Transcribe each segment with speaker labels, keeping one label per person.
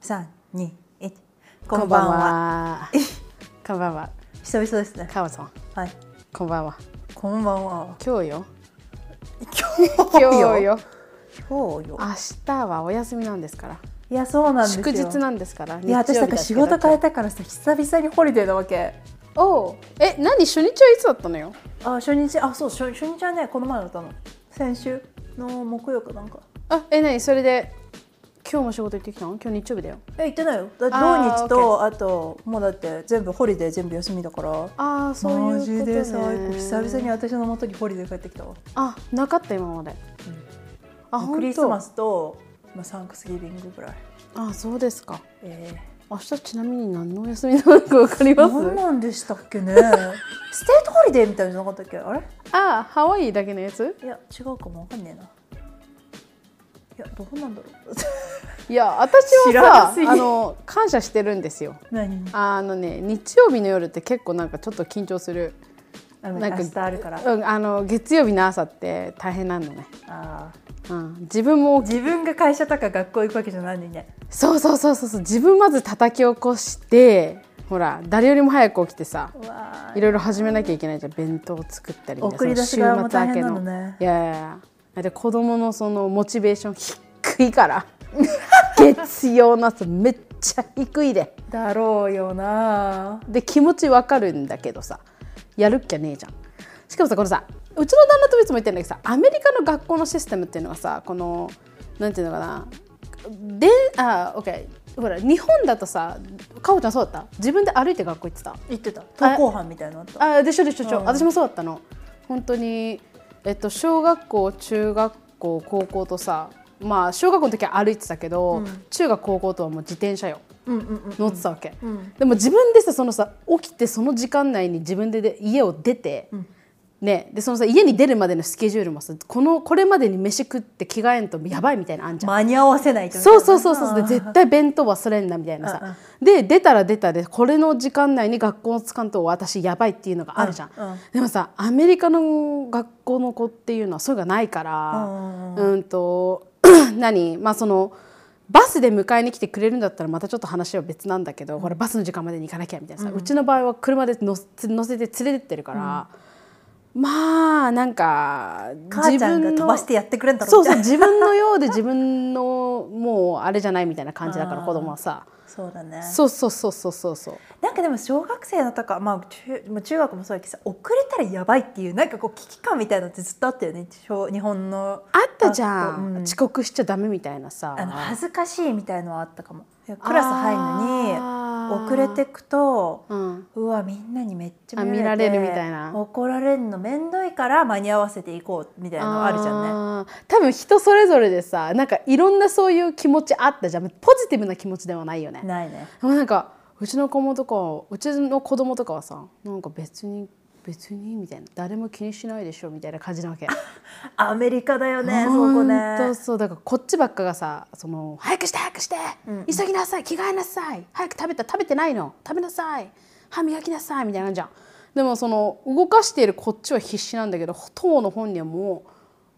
Speaker 1: 三二一。こ
Speaker 2: こん
Speaker 1: んば
Speaker 2: ばん
Speaker 1: んは。
Speaker 2: は。 こんばんは。
Speaker 1: 久々ですね。
Speaker 2: かおさん。
Speaker 1: はい。
Speaker 2: こんばんは。
Speaker 1: こんばんは。
Speaker 2: 今日よ。
Speaker 1: 今
Speaker 2: 今日よ。
Speaker 1: 今日よ。
Speaker 2: 明日はお休みなんですから。
Speaker 1: いやそうなんですよ。
Speaker 2: 祝日なんですから。
Speaker 1: いや私なんか仕事変え
Speaker 2: え。
Speaker 1: たからさ久々にホリデーなわけ。
Speaker 2: おうえ、何初日はいつだったのよ。
Speaker 1: あ初日あそう初初日はねこの前だったの。先週の木曜かなんか。
Speaker 2: あ、え、何それで。今日も仕事行ってきたの。今日日曜日だよ。
Speaker 1: え行ってないよ。だって
Speaker 2: あ
Speaker 1: 土日
Speaker 2: ー
Speaker 1: とあともうだって全部ホリデー全部休みだから。
Speaker 2: ああ、そういうこと、ね。
Speaker 1: マジで最高久々に。私の元にホリデー帰ってきたわ。
Speaker 2: あ、なかった今まで。あ、本当。
Speaker 1: クリスマ。スとまあサンクスギビングぐらい。
Speaker 2: あ、そうですか。
Speaker 1: えー
Speaker 2: 明日ちなみに何のお休みなのかわかります。
Speaker 1: 何なんでしたっけ ねステートホリデーみたいなのじゃなかったっけあれ
Speaker 2: あー、ハワイだけのやつ。
Speaker 1: いや違うかもわかんねえないやどうなんだろう
Speaker 2: いや私
Speaker 1: 知ら
Speaker 2: は
Speaker 1: なすぎ
Speaker 2: さあの感謝してるんですよ
Speaker 1: 何
Speaker 2: あのね日曜日の夜って結構なんかちょっと緊張する、
Speaker 1: あの
Speaker 2: なん
Speaker 1: 明日あるから
Speaker 2: うん、あの月曜日の朝って大変なのね、
Speaker 1: あ
Speaker 2: うん、自分も
Speaker 1: 自分が会社とか学校行くわけじゃないのにね
Speaker 2: そうそうそうそうそう自分まず叩き起こしてほら誰よりも早く起きてさ
Speaker 1: うわ
Speaker 2: いろいろ始めなきゃいけないじゃん弁当作ったりね
Speaker 1: 送り出し
Speaker 2: その
Speaker 1: 側も大変なのね
Speaker 2: いやいやいやで子供のそのモチベーション低いから 月曜の朝めっちゃ低いで。
Speaker 1: だろうよな
Speaker 2: で気持ちわかるんだけどさやるっきゃねえじゃんしかもさこのさうちの旦那ともいつも言ってるんだけどさアメリカの学校のシステムっていうのがさこのなんていうのかなであオッケーほら日本だとさかほちゃんそうだった自分で歩いて学校行ってた
Speaker 1: 言ってた登校班みたいなのあった
Speaker 2: あでしょでしょでしょ、
Speaker 1: うん
Speaker 2: 私もそうだったの本当にえっと小学校中学校高校とさまあ小学校の時は歩いてたけど、中学高校とはもう自転車よ
Speaker 1: うんうんうん
Speaker 2: 乗ってたわけ、
Speaker 1: うん
Speaker 2: でも自分でさそのさ起きてその時間内に自分でで家を出て、ね、でそのさ家に出るまでのスケジュールもさこのこれまでに飯食って着替えんとやばいみたいなのあんじゃん。
Speaker 1: 間に合わせないと
Speaker 2: そうそうそうそう
Speaker 1: う
Speaker 2: で絶対弁当忘れんなみたいな
Speaker 1: うんう
Speaker 2: さで出たら出たでこれの時間内に学校をつかんと私やばいっていうのがあるじゃん、
Speaker 1: うんうん
Speaker 2: でもさアメリカの学校の子っていうのはそういうのがないから、
Speaker 1: うん
Speaker 2: うんと 何まあそのバスで迎えに来てくれるんだったらまたちょっと話は別なんだけど、ほらバスの時間までに行かなきゃみたいなさ、うちの場合は車で乗せ乗せて連れてってるから、まあなんか
Speaker 1: 母ちゃんが飛ばしてやってくれんだろ
Speaker 2: そう
Speaker 1: みた
Speaker 2: そ
Speaker 1: いうな
Speaker 2: 自分のようで自分のもうあれじゃないみたいな感じだから
Speaker 1: あー
Speaker 2: 子供はさ
Speaker 1: そうだね
Speaker 2: そうそうそうそうそうそう
Speaker 1: なんかでも小学生だったか、まあ、中まあ中学もそうだけどさ遅れたらやばいっていうなんかこう危機感みたいなのってずっとあったよね小日本の
Speaker 2: あったじゃ
Speaker 1: あうん
Speaker 2: ん遅刻しちゃダメみたいなさ
Speaker 1: あの恥ずかしいみたいのはあったかもいやクラス入るのに遅れて、くと
Speaker 2: あーうん、
Speaker 1: うわみんなにめっちゃ
Speaker 2: あ
Speaker 1: 見られ
Speaker 2: 見られるみたいな
Speaker 1: 怒られるの面倒いから間に合わせていこうみたいなのあるじゃんね
Speaker 2: んね多分人それぞれでさなんかいろんなそういう気持ちあったじゃんポジティブな気持ちではないよね
Speaker 1: ないね
Speaker 2: でもなんかうちの子もとかうちの子供とかはさなんか別に別にみたいな誰も気にしないでしょみたいな感じなわけ
Speaker 1: アメリカだよねそこね
Speaker 2: 本当そうだからこっちばっかがさその早くして早くして、
Speaker 1: うん
Speaker 2: 急ぎなさい着替えなさい早く食べた食べてないの食べなさい歯磨きなさいみたいなんじゃんでもその動かしているこっちは必死なんだけど当の本人はも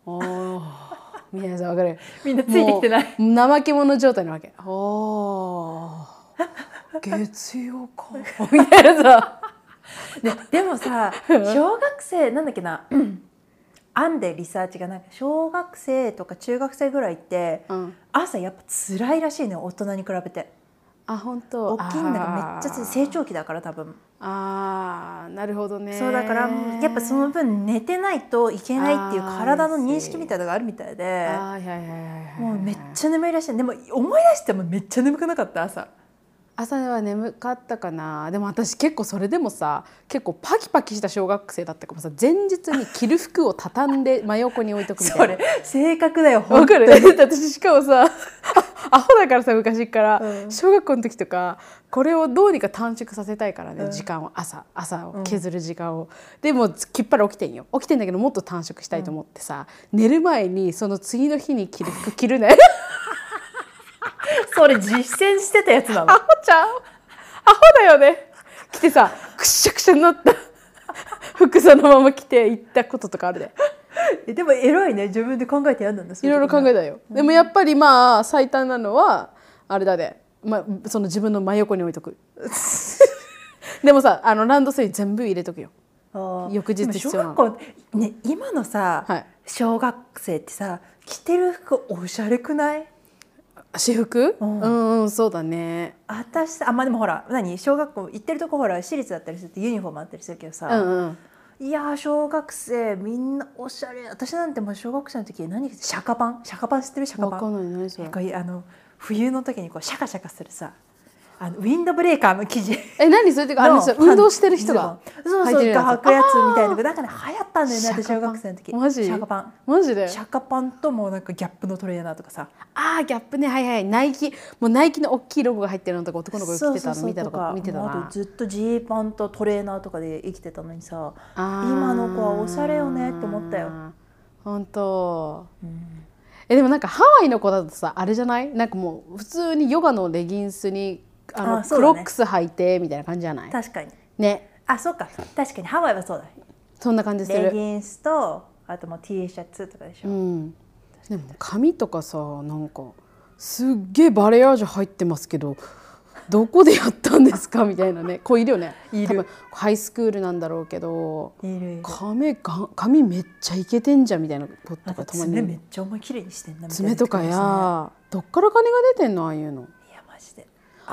Speaker 2: う「ああ」 みたいなさわかる
Speaker 1: みんなついてきてない
Speaker 2: もう怠け者状態なわけ「ああ 月曜か」 みたいなさ
Speaker 1: ね、でもさ小学生なんだっけな編んでリサーチがなんか小学生とか中学生ぐらいって、
Speaker 2: うん
Speaker 1: 朝やっぱ辛いらしいのよ大人に比べて
Speaker 2: あ本当
Speaker 1: 大きいんだからめっちゃ辛い成長期だから多分
Speaker 2: あーなるほどね
Speaker 1: そうだからやっぱその分寝てないといけないっていう
Speaker 2: あー
Speaker 1: 体の認識みたいなのがあるみたいで
Speaker 2: あーいやいやいやいや
Speaker 1: もうめっちゃ眠いらしいでも思い出してもめっちゃ眠くなかった朝
Speaker 2: 朝は眠かったかなでも私結構それでもさ結構パキパキした小学生だったからさ前日に着る服を畳んで真横に置いとくみた
Speaker 1: そ
Speaker 2: いな
Speaker 1: れ性格だよ
Speaker 2: わ
Speaker 1: 本
Speaker 2: か
Speaker 1: 当
Speaker 2: る
Speaker 1: に
Speaker 2: だって私しかもさあアホだからさ昔から、
Speaker 1: うん
Speaker 2: 小学校の時とかこれをどうにか短縮させたいからね、
Speaker 1: うん
Speaker 2: 時間を朝朝
Speaker 1: う
Speaker 2: を
Speaker 1: ん
Speaker 2: 削る時間を、でもきっぱり起きてんよ起きてんだけどもっと短縮したいと思ってさ、寝る前にその次の日に着る服着るね
Speaker 1: それ実践してたやつなの
Speaker 2: アホちゃんアホだよね着てさくっしゃくしゃになった服そのまま着て行ったこととかあるで
Speaker 1: えでもエロいね自分で考えてやんだんだ
Speaker 2: いろいろ考えたよ、でもやっぱりまあ最短なのはあれだでま、その自分の真横に置いとくでもさあのランドセルに全部入れとくよ
Speaker 1: あー
Speaker 2: 翌日
Speaker 1: でも
Speaker 2: 必
Speaker 1: 小
Speaker 2: 要なの
Speaker 1: 学校ね今のさ、
Speaker 2: はい
Speaker 1: 小学生ってさ着てる服おしゃれくない
Speaker 2: 私服う
Speaker 1: うん
Speaker 2: ん、うん、そうだね
Speaker 1: 私さあまあでもほら何小学校行ってるとこほら私立だったりするってユニフォームあったりするけど
Speaker 2: う
Speaker 1: さ、
Speaker 2: んうん
Speaker 1: いやー小学生みんなおしゃれ私なんてもう小学生の時何シャカパンシャカパン知ってるシャカ
Speaker 2: わ
Speaker 1: パ
Speaker 2: かん
Speaker 1: ン
Speaker 2: ない何それ
Speaker 1: こういうあの冬の時にこうシャカシャカするさあのウィンドブレーカーの生地
Speaker 2: え何それってかあの
Speaker 1: の
Speaker 2: 人運動してる人が
Speaker 1: ズボンそう
Speaker 2: 履い
Speaker 1: そ
Speaker 2: て
Speaker 1: う
Speaker 2: るやつ
Speaker 1: が履くやつみたいなのがなんかね流行ったんだよね
Speaker 2: シャカパン
Speaker 1: 私小学生の時
Speaker 2: マジ
Speaker 1: シャカパン
Speaker 2: マジで
Speaker 1: シャカパンともうなんかギャップのトレーナーとかさ
Speaker 2: あーギャップねはいはいナイキもうナイキの大きいロゴが入ってるのとか男の子が着てた
Speaker 1: そうそうそ
Speaker 2: の
Speaker 1: う
Speaker 2: 見てたとか見てた
Speaker 1: もうあ
Speaker 2: な
Speaker 1: とずっとジーパンとトレーナーとかで生きてたのにさ
Speaker 2: あー
Speaker 1: 今の子はおしゃれよねって思ったよ
Speaker 2: 本当えでもなんかハワイの子だとさあれじゃないなんかもう普通にヨガのレギンスにあの
Speaker 1: あそう
Speaker 2: ク
Speaker 1: だね
Speaker 2: ロックス履いてみたいな感じじゃない
Speaker 1: 確かに
Speaker 2: ね
Speaker 1: あそうか確かにハワイはそうだ
Speaker 2: そんな感じす
Speaker 1: レ
Speaker 2: る
Speaker 1: ギンスとあともう T シャツとかでしょ、
Speaker 2: うんでも髪とかさなんかすっげえバレアージュ入ってますけどどこでやったんですかみたいなね子いるよね
Speaker 1: いる
Speaker 2: 多分ハイスクールなんだろうけど
Speaker 1: いるいる
Speaker 2: 髪が髪めっちゃいけてんじゃんみたいな子
Speaker 1: な
Speaker 2: と
Speaker 1: んか
Speaker 2: かたまに
Speaker 1: 爪めっちゃお前綺麗にしてんなみたいな
Speaker 2: 爪とかやどっから金が出てんのああいうの
Speaker 1: いやマジで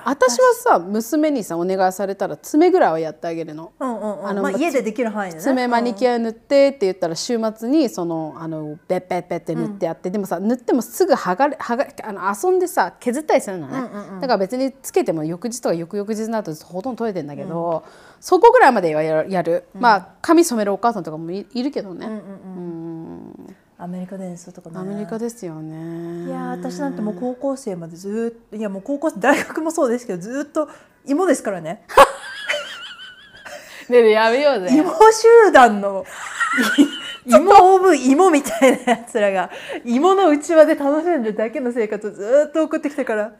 Speaker 2: 私はさ娘にさお願いされたら爪ぐらいはやってあげるの
Speaker 1: うんうんうん
Speaker 2: あの
Speaker 1: まあ
Speaker 2: まあ
Speaker 1: 家でできる範囲でね
Speaker 2: 爪マニキ
Speaker 1: ュ
Speaker 2: ュア塗ってって言ったら週末にそのあのペッペッペッって塗ってやって、でもさ塗ってもすぐ剥がれ剥があの遊んでさ削ったりするのね、だから別につけても翌日とか翌々日になるとほとんど取れてんだけど、そこぐらいまではやるやる、まあ髪染めるお母さんとかもいいるけどね、
Speaker 1: アメリカで演奏とかね
Speaker 2: アメリカですよね
Speaker 1: いやー私なんてもう高校生までずーっといやもう高校生大学もそうですけどずーっと芋ですからね
Speaker 2: ねえねえやめよう
Speaker 1: 芋集団のい芋オブ芋みたいなやつらが芋の内輪で楽しんでるだけの生活をずーっと送ってきたから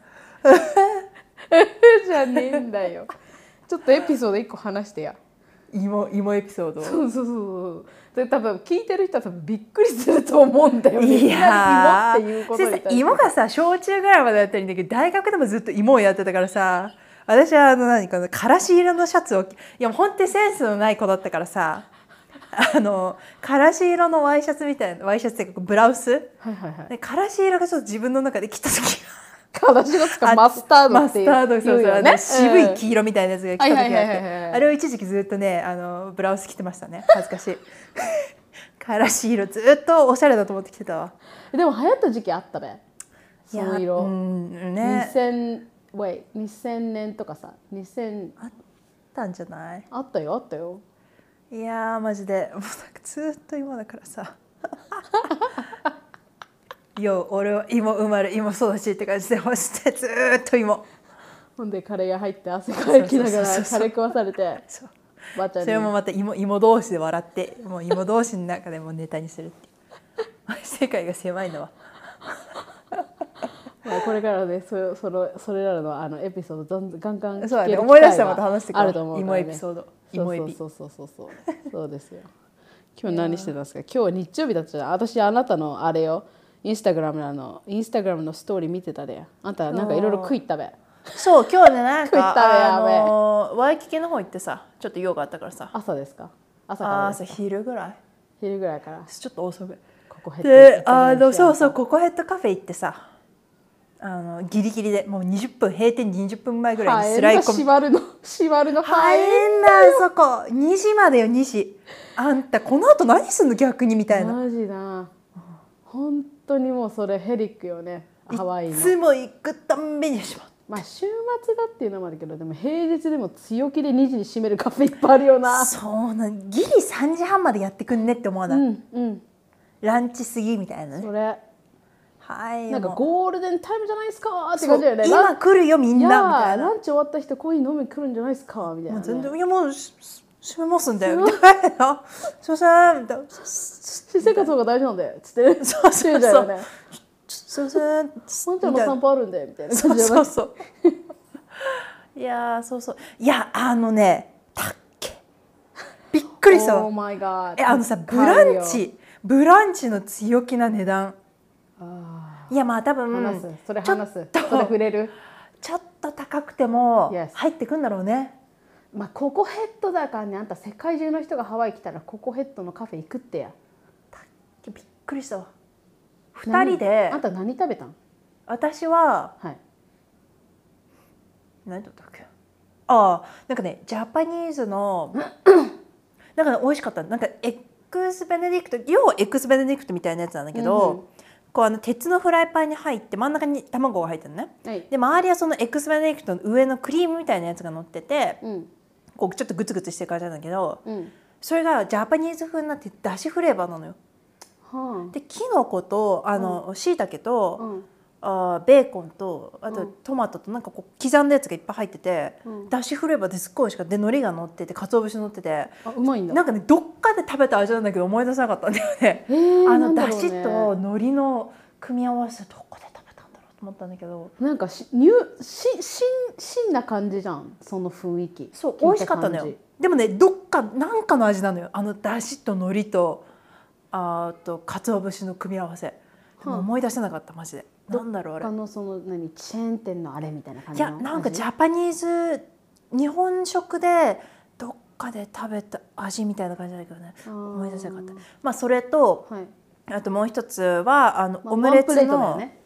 Speaker 2: じゃねえんだよちょっとエピソード1個話してや
Speaker 1: 芋芋エピソードを
Speaker 2: そうそうそうそうで多分聞いてる人は多分びっくりすると思うんだよね
Speaker 1: い
Speaker 2: き
Speaker 1: や
Speaker 2: なり芋っていうことに対して
Speaker 1: 先生芋がさ小中ぐらいまでやってるんだけど大学でもずっと芋をやってたからさ私はあの何かのからし色のシャツを着いやもう本当にセンスのない子だったからさあのからし色のワイシャツみたいなワイシャツっていうかブラウス
Speaker 2: はいはいはい
Speaker 1: でからし色がちょっと自分の中で着た時
Speaker 2: 形がつ
Speaker 1: が
Speaker 2: かマスタード
Speaker 1: マ
Speaker 2: っ
Speaker 1: ス
Speaker 2: ていう
Speaker 1: タードそうそう、あの渋い黄色みたいなやつが着た時があって、
Speaker 2: はいはいはいはいはい
Speaker 1: あれを一時期ずっとねあのブラウス着てました ね恥ずかしいからし色ずっとおしゃれだと思って着てたわ
Speaker 2: うんでも流行った時期あったねその色、
Speaker 1: うんね
Speaker 2: 2000 wait 2000年とかさ2000
Speaker 1: あったんじゃない
Speaker 2: あったよあったよ
Speaker 1: いやーマジでもうなんかずっと今だからさ よう俺は芋生まれ芋育ちって感じでましてずーっと芋
Speaker 2: ほんでカレーが入って汗かいきなが
Speaker 1: そうそうそうそう
Speaker 2: らカレー食わされて
Speaker 1: そう
Speaker 2: ばあちゃん
Speaker 1: そ
Speaker 2: に
Speaker 1: れもまた芋芋同士で笑ってもう芋同士の中でもうネタにするっていう 世界が狭いのは
Speaker 2: まあこれからねそそのそれらのあのエピソードどんどんガンガン聞ける
Speaker 1: そうだね
Speaker 2: 機会
Speaker 1: 思い出したらまた話してく
Speaker 2: があると思うから、
Speaker 1: 芋
Speaker 2: ね、
Speaker 1: エピソード芋エピ
Speaker 2: そうそうそうそうそうそうそうです よ今日何してたんですか今日は日曜日だったじゃん私あなたのあれよインスタグラムのあのインスタグラムのストーリー見てたであんたなんかいろいろ食いったべ
Speaker 1: そう今日ねなん
Speaker 2: 食ったね
Speaker 1: かあ
Speaker 2: やべえ
Speaker 1: のーワイキキの方行ってさちょっと用があったからさ
Speaker 2: 朝ですか朝から
Speaker 1: あ
Speaker 2: です
Speaker 1: 朝昼ぐらい
Speaker 2: 昼ぐらいから
Speaker 1: ちょっと遅め
Speaker 2: ここ減
Speaker 1: であのそう
Speaker 2: う
Speaker 1: そうココヘッドカフェ行ってさあのギリギリでもう20分閉店20分前ぐらいにスライコ
Speaker 2: 閉
Speaker 1: ン
Speaker 2: まるの 閉まるの
Speaker 1: 大
Speaker 2: はい
Speaker 1: 変だよそこ2時までよ2時あんたこの後何すんの逆にみたいな
Speaker 2: マジだ本当にもうそれヘリックよねハワイ
Speaker 1: い
Speaker 2: の
Speaker 1: つも行くたんびにしまう
Speaker 2: まあ週末だっていうのもあるけどでも平日でも強気で2時に閉めるカフェいっぱいあるよな
Speaker 1: そうなんギリ3時半までやってくんねって思わ
Speaker 2: う
Speaker 1: ない、
Speaker 2: んうん
Speaker 1: ランチ過ぎみたいなね
Speaker 2: それ
Speaker 1: はい
Speaker 2: なんか
Speaker 1: もう
Speaker 2: ゴールデンタイムじゃないですかって感じだよね
Speaker 1: そう
Speaker 2: ラン
Speaker 1: 今来るよみん
Speaker 2: いや
Speaker 1: なみたい
Speaker 2: ー
Speaker 1: な
Speaker 2: ランチ終わった人コーヒー飲み来るんじゃないですかみたい
Speaker 1: も
Speaker 2: な
Speaker 1: う全
Speaker 2: ね
Speaker 1: 然いやもうしし閉めますんだよみたいなすいませんみたいな
Speaker 2: 私生活の方が大事なんで つって
Speaker 1: そう
Speaker 2: そ
Speaker 1: そう
Speaker 2: だ
Speaker 1: そ
Speaker 2: よ
Speaker 1: う
Speaker 2: ね
Speaker 1: すいません
Speaker 2: ワンちゃんの散歩あるんでみたいな
Speaker 1: そ
Speaker 2: 感
Speaker 1: う
Speaker 2: じじ
Speaker 1: そ
Speaker 2: ゃな
Speaker 1: う
Speaker 2: い
Speaker 1: そういやーそうそういやあのねたっけびっくりした
Speaker 2: Oh
Speaker 1: わ
Speaker 2: my god
Speaker 1: えあのさブランチブランチの強気な値段
Speaker 2: あ
Speaker 1: いやまあ多分
Speaker 2: ー話すそれ
Speaker 1: ちょっ
Speaker 2: 話す
Speaker 1: と
Speaker 2: それ触れる
Speaker 1: ちょっと高くても
Speaker 2: Yes
Speaker 1: 入ってくんだろうね。
Speaker 2: まあココヘッドだからねあんた世界中の人がハワイ来たらココヘッドのカフェ行くってや
Speaker 1: びっくりしたわ。二
Speaker 2: 何
Speaker 1: 人で
Speaker 2: あんた何食べたん
Speaker 1: 私は
Speaker 2: はい
Speaker 1: 何だったっけ？ああなんかねジャパニーズ のなんか、ね、美味しかったなんかエッグスベネディクト要はエッグスベネディクトみたいなやつなんだけど、
Speaker 2: うんうん
Speaker 1: こうあの鉄のフライパンに入って真ん中に卵が入ってるのね。
Speaker 2: はい
Speaker 1: で周りはそのエッグスベネディクトの上のクリームみたいなやつが乗ってて
Speaker 2: うん
Speaker 1: こうちょっとグツグツしてる感じなんだけど
Speaker 2: うん
Speaker 1: それがジャパニーズ風になってだしフレーバーなのよ。
Speaker 2: は
Speaker 1: でキノコとあの、椎茸と
Speaker 2: あ、うん
Speaker 1: あーベーコンとあ
Speaker 2: う
Speaker 1: と
Speaker 2: ん
Speaker 1: トマトとなんかこう刻んだやつがいっぱい入ってて、
Speaker 2: うん
Speaker 1: だしフレーバーですっごい美味しかったで海苔が乗ってて鰹節乗ってて
Speaker 2: あうまいんだ
Speaker 1: なんかねどっかで食べた味なんだけど思い出せなかったんだよね。
Speaker 2: えー
Speaker 1: あ
Speaker 2: な
Speaker 1: の
Speaker 2: んだ
Speaker 1: だ
Speaker 2: ろう
Speaker 1: し
Speaker 2: ね
Speaker 1: と海苔の組み合わせどこで食べたんだろうと思ったんだけど
Speaker 2: なんかしニューしししんな感じじゃんその雰囲気
Speaker 1: そう美
Speaker 2: 聞い
Speaker 1: 味しかったの
Speaker 2: 感
Speaker 1: よ
Speaker 2: じ
Speaker 1: でもねどっかなんかの味なのよあのだしと海苔とあーと鰹節の組み合わせでも
Speaker 2: はあ
Speaker 1: 思い出せなかったマジで
Speaker 2: ど
Speaker 1: なんだろうあれ
Speaker 2: 他のその何チェーン店のあれみたいな感
Speaker 1: い
Speaker 2: じの
Speaker 1: やなんか
Speaker 2: 味
Speaker 1: ジャパニーズ日本食でどっかで食べた味みたいな感じだけどね
Speaker 2: あー
Speaker 1: 思い出せなかったまあそれと
Speaker 2: はい、
Speaker 1: あともう一つはあの
Speaker 2: まあ
Speaker 1: オムレツ
Speaker 2: ワンプレートだよ
Speaker 1: の
Speaker 2: ね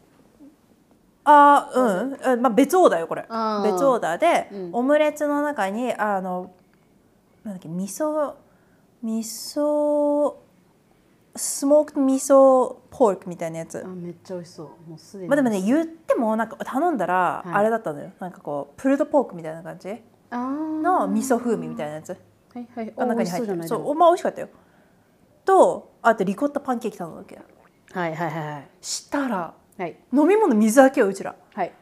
Speaker 1: あーうんあまあ別オーダーよこれ
Speaker 2: あー
Speaker 1: 別オーダーで
Speaker 2: うん
Speaker 1: オムレツの中にあのなんだっけ味噌味噌スモーク味噌ポークみたいなやつ
Speaker 2: あめっちゃ美味しそうもうすでに
Speaker 1: まあでもね言ってもなんか頼んだら
Speaker 2: はい
Speaker 1: あれだったのよなんかこうプルドポークみたいな感じ
Speaker 2: あー
Speaker 1: の味噌風味みたいなやつ
Speaker 2: はいはい
Speaker 1: が
Speaker 2: お
Speaker 1: 中に
Speaker 2: 美味し
Speaker 1: 入
Speaker 2: そ
Speaker 1: っ
Speaker 2: うじ
Speaker 1: て
Speaker 2: ゃ
Speaker 1: る
Speaker 2: ない
Speaker 1: そ
Speaker 2: で
Speaker 1: う
Speaker 2: も
Speaker 1: まあ美味しかったよとあとリコッタパンケーキ頼んだわけだ
Speaker 2: はいはいはいはい
Speaker 1: したら
Speaker 2: はい
Speaker 1: 飲み物水だけようちら
Speaker 2: はい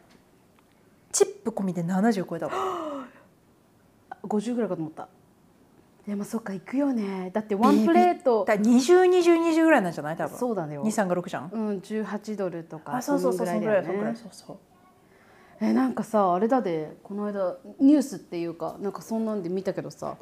Speaker 1: チップ込みで70超えたわ
Speaker 2: あ50ぐらいかと思ったでもそっか行くよねだってワンプレート
Speaker 1: だ202020ぐらいなんじゃない多分
Speaker 2: そうだねよ
Speaker 1: 23が6じゃん
Speaker 2: うん18ドルとか
Speaker 1: あそうそうそうそ
Speaker 2: の
Speaker 1: う
Speaker 2: ぐ
Speaker 1: ぐら
Speaker 2: らい
Speaker 1: い
Speaker 2: だ
Speaker 1: そ
Speaker 2: よ
Speaker 1: うぐら
Speaker 2: ね
Speaker 1: いそうそう
Speaker 2: えなんかさあれだでこの間ニュースっていうかなんかそんなんで見たけどさ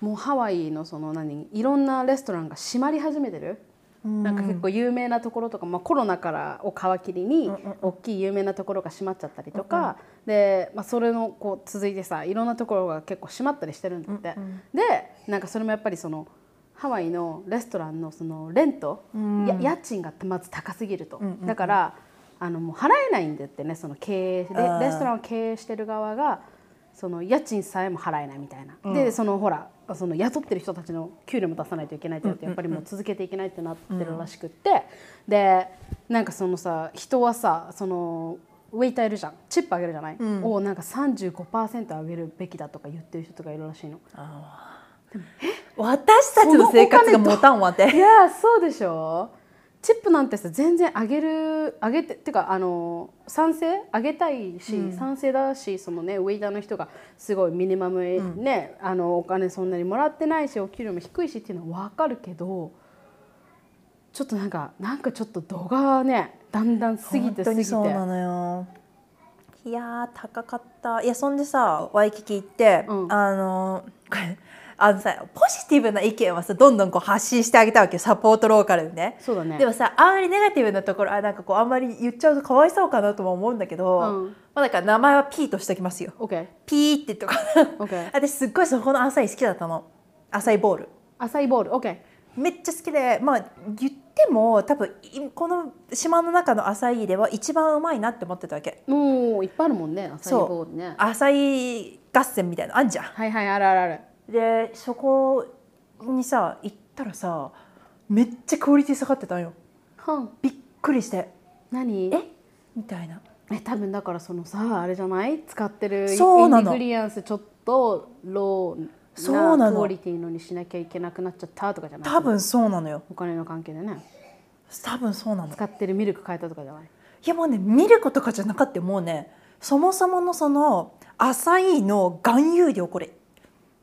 Speaker 2: もうハワイのその何いろんなレストランが閉まり始めてる、なんか結構有名なところとか、まあ、コロナからを皮切りに大きい有名なところが閉まっちゃったりとか、で、まあ、それのこう続いてさいろんなところが結構閉まったりしてるんだって、でなんかそれもやっぱりそのハワイのレストランのそのレント、や家賃がまず高すぎると、だからあのもう払えないんだってねその経営レ
Speaker 1: あー
Speaker 2: レストランを経営してる側がその家賃さえも払えないみたいな、でそのほらその雇ってる人たちの給料も出さないといけないってなってやっぱりもう続けていけないってなってるらしくって、でなんかそのさ人はさそのウェイターいるじゃんチップあげるじゃない、をなんか35%上げるべきだとか言ってる人とかいるらしいの。
Speaker 1: 私たちの生活が持たんわって
Speaker 2: いやーそうでしょチップなんてさ全然上げる上げてってかあの賛成上げたいし、賛成だしそのねウェイターの人がすごいミニマム、ねあのお金そんなにもらってないしお給料も低いしっていうのは分かるけどちょっとなんかなんかちょっと度がねだんだん過ぎ て
Speaker 1: 本
Speaker 2: 過
Speaker 1: 当
Speaker 2: ぎ
Speaker 1: に
Speaker 2: て
Speaker 1: そうなのよいやー高かったいやそんでさワイキキ行って、
Speaker 2: うん
Speaker 1: あのーこれあのさポジティブな意見はさどんどんこう発信してあげたわけよサポートローカルでね
Speaker 2: そうだね
Speaker 1: でもさあんまりネガティブなところあなんかこうあんまり言っちゃうとかわいそうかなとも思うんだけど、
Speaker 2: うん
Speaker 1: まあ、だから名前は P としておきますよ
Speaker 2: OK
Speaker 1: P ってとか
Speaker 2: OK
Speaker 1: 私すっごいそこのアサイ好きだったのアサイボール
Speaker 2: 浅いボール OK
Speaker 1: めっちゃ好きでまあ言っても多分いこの島の中のアサイでは一番うまいなって思ってたわけ
Speaker 2: もういっぱいあるもんね浅い
Speaker 1: そう
Speaker 2: ボールね
Speaker 1: 浅い合戦みたいなのあんじゃん
Speaker 2: はいはいあるあるある
Speaker 1: でそこにさ行ったらさめっちゃクオリティ下がってたんよ
Speaker 2: はん
Speaker 1: びっくりして
Speaker 2: 何
Speaker 1: えみたいな
Speaker 2: え多分だからそのさあれじゃない使ってるイン
Speaker 1: そうなの
Speaker 2: グリアンスちょっとロ
Speaker 1: そう
Speaker 2: ー
Speaker 1: な
Speaker 2: な
Speaker 1: の
Speaker 2: クオリティのにしなきゃいけなくなっちゃったとかじゃない
Speaker 1: 多分そうなのよ
Speaker 2: お金の関係でね
Speaker 1: 多分そうなの
Speaker 2: 使ってるミルク変えたとかじゃない
Speaker 1: いやもうね見ることかじゃなかったよもうねそもそものその浅いの含有量これ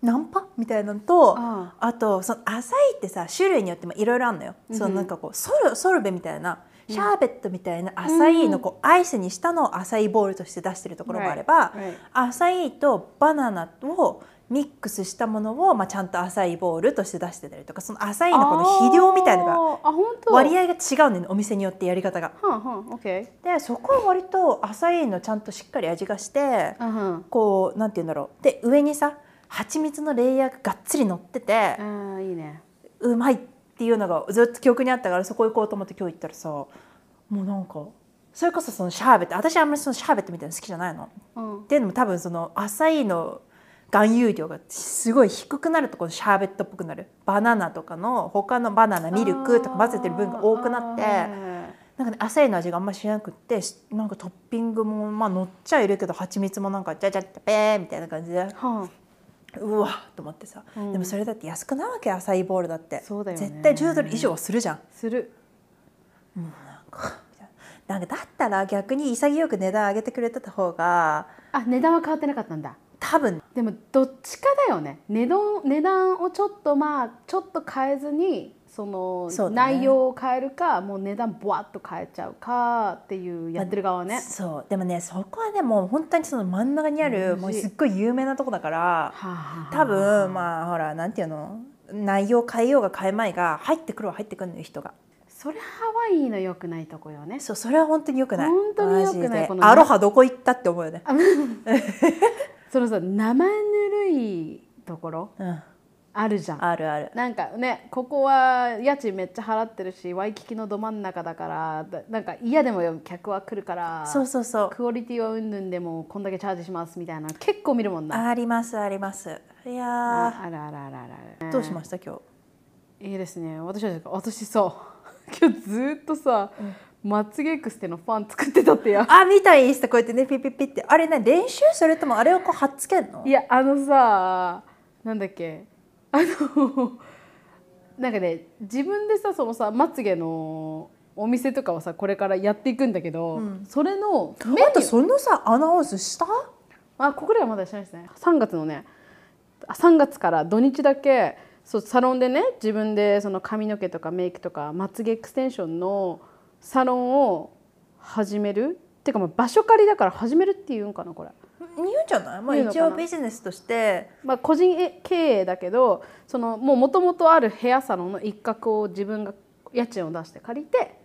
Speaker 1: ナンパみたいなのと
Speaker 2: あ
Speaker 1: あとその浅いってさ種類によってもいろいろあるのよ、そのなんかこうソルソルベみたいなシャーベットみたいな浅いのこうアイスにしたのを浅いボールとして出してるところもあれば、
Speaker 2: Right, right.
Speaker 1: 浅いとバナナをミックスしたものを、まあ、ちゃんと浅いボールとして出してたりとかその浅いのこの肥料みたいなのが
Speaker 2: あーあ本当
Speaker 1: 割
Speaker 2: 合
Speaker 1: 合が違うんだよねお店によってやり方が。
Speaker 2: はんはんオッケ
Speaker 1: でそこは割と浅いのちゃんとしっかり味がして
Speaker 2: ーうん
Speaker 1: こうなんて言うんだろうで上にさ蜂蜜のレイヤーががっつり乗ってて
Speaker 2: うんあーいいね
Speaker 1: うまいっていうのがずっと記憶にあったからそこ行こうと思って今日行ったらさもうなんかそれこそそのシャーベット私あんまりそのシャーベットみたいなの好きじゃないの。
Speaker 2: うん
Speaker 1: っていうのも多分その浅いの含有量がすごい低くなるとこのシャーベットっぽくなるバナナとかの他のバナナミルクとか混ぜてる分が多くなって
Speaker 2: あーはい
Speaker 1: なんかね浅いの味があんましなくってしなんかトッピングもまあ乗っちゃいるけど蜂蜜もなんかジャジャッペーみたいな感じで
Speaker 2: は
Speaker 1: うわっと思ってさ、
Speaker 2: うん
Speaker 1: でもそれだって安くないわけ浅いボールだって
Speaker 2: そうだよね
Speaker 1: 絶対10ドル以上はするじゃん。
Speaker 2: あする
Speaker 1: なんかみたいななんかだったら逆に潔く値段上げてくれてた方が
Speaker 2: あ値段は変わってなかったんだ
Speaker 1: 多分
Speaker 2: でもどっちかだよね値段値段をちょっとまあちょっと変えずにその
Speaker 1: そうだね
Speaker 2: 内容を変えるかもう値段ボワッと変えちゃうかっていうやってる側ね、
Speaker 1: そうでもねそこはねもう本当にその真ん中にある
Speaker 2: うん
Speaker 1: もうすっごい有名なとこだから
Speaker 2: はあはあ
Speaker 1: 多分まあほらなんていうの内容変えようが変えまいが入ってくるは入ってくるのよ人が
Speaker 2: それハワイの良くないとこよね
Speaker 1: そうそれは本当に良くない
Speaker 2: 本当に良くない
Speaker 1: マジで
Speaker 2: このね
Speaker 1: アロハどこ行ったって思うよね、
Speaker 2: そのさ生ぬるいところ
Speaker 1: うん、
Speaker 2: あるじゃん
Speaker 1: あるある
Speaker 2: なんかねここは家賃めっちゃ払ってるしワイキキのど真ん中だからだなんか嫌でもよ客は来るから
Speaker 1: そうそうそう
Speaker 2: クオリティはうんぬんでもこんだけチャージしますみたいな結構見るもんな
Speaker 1: ありますありますい
Speaker 2: あ
Speaker 1: や
Speaker 2: あらあらあらあらあ
Speaker 1: ー
Speaker 2: ら
Speaker 1: どうしました今日
Speaker 2: いいですね私は私さ 今日ずっとさ、まつげエクステのファン作ってたってや
Speaker 1: あ見たインスタこうやってねピッピッピッってあれね練習それともあれをこう貼っつけんの
Speaker 2: いやあのさなんだっけあのなんかね自分でさそのさまつげのお店とかをさこれからやっていくんだけど、それのメニュ
Speaker 1: あと
Speaker 2: ー
Speaker 1: そのさアナウンスした
Speaker 2: あここではまだしないですね3月のねあ3月から土日だけそうサロンでね自分でその髪の毛とかメイクとかまつげエクステンションのサロンを始めるっていうかまあ場所借りだから始めるっていうんかなこれ。
Speaker 1: 言うんじゃない、まあ、
Speaker 2: 言うの
Speaker 1: 一
Speaker 2: かな
Speaker 1: 応ビジネスとして
Speaker 2: まあ、個人経営だけどそのもう元々あるヘアサロンの一角を自分が家賃を出して借りて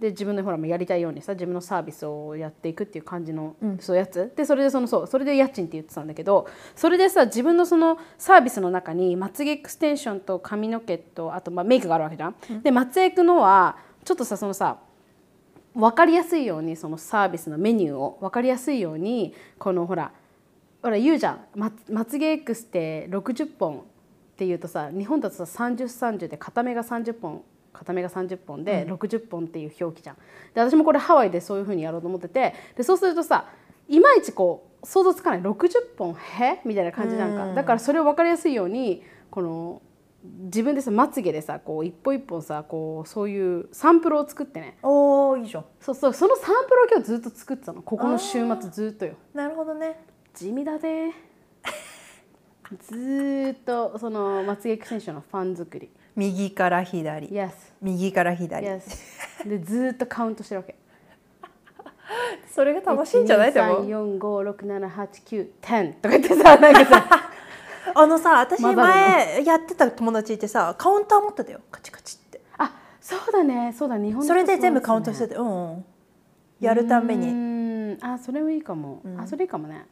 Speaker 2: で自分のほらもうやりたいようにさ自分のサービスをやっていくっていう感じの、そうやつでそれでそのそうそれで家賃って言ってたんだけどそれでさ自分のそのサービスの中にまつげエクステンションと髪の毛とあとまあメイクがあるわけじゃん。でまつげくのはちょっとさそのさ分かりやすいようにそのサービスのメニューを分かりやすいようにこのほらほら言うじゃんままつげエクステ60本っていうとさ日本だとさ3030で片目が30本片目が30本で60本っていう表記じゃん。で私もこれハワイでそういうふうにやろうと思っててでそうするとさいまいちこう想像つかない60本へみたいな感じなんかだからそれを分かりやすいようにこの自分でさまつげでさこう一本一本さこうそういうサンプルを作ってね
Speaker 1: おおいいじゃん
Speaker 2: そうそうそのサンプルを今日ずっと作ってたのここの週末ずっとよ
Speaker 1: なるほどね
Speaker 2: 地味だぜずーっとそのまつげエクステンションのファン作り
Speaker 1: 右から左
Speaker 2: Yes
Speaker 1: 右から左
Speaker 2: Yes でずーっとカウントしてるわけ
Speaker 1: それが楽しいんじゃないでも
Speaker 2: 12345678910とか言って さなんかさ
Speaker 1: あのさ私
Speaker 2: 混ざるの
Speaker 1: 前やってた友達いてさカウンター持ってたよカチカチって
Speaker 2: あそうだねそうだ日本
Speaker 1: それで全部カウントして
Speaker 2: て
Speaker 1: てうんうんやるため
Speaker 2: う
Speaker 1: に
Speaker 2: ーんあそれもいいかも、あそれいいかもね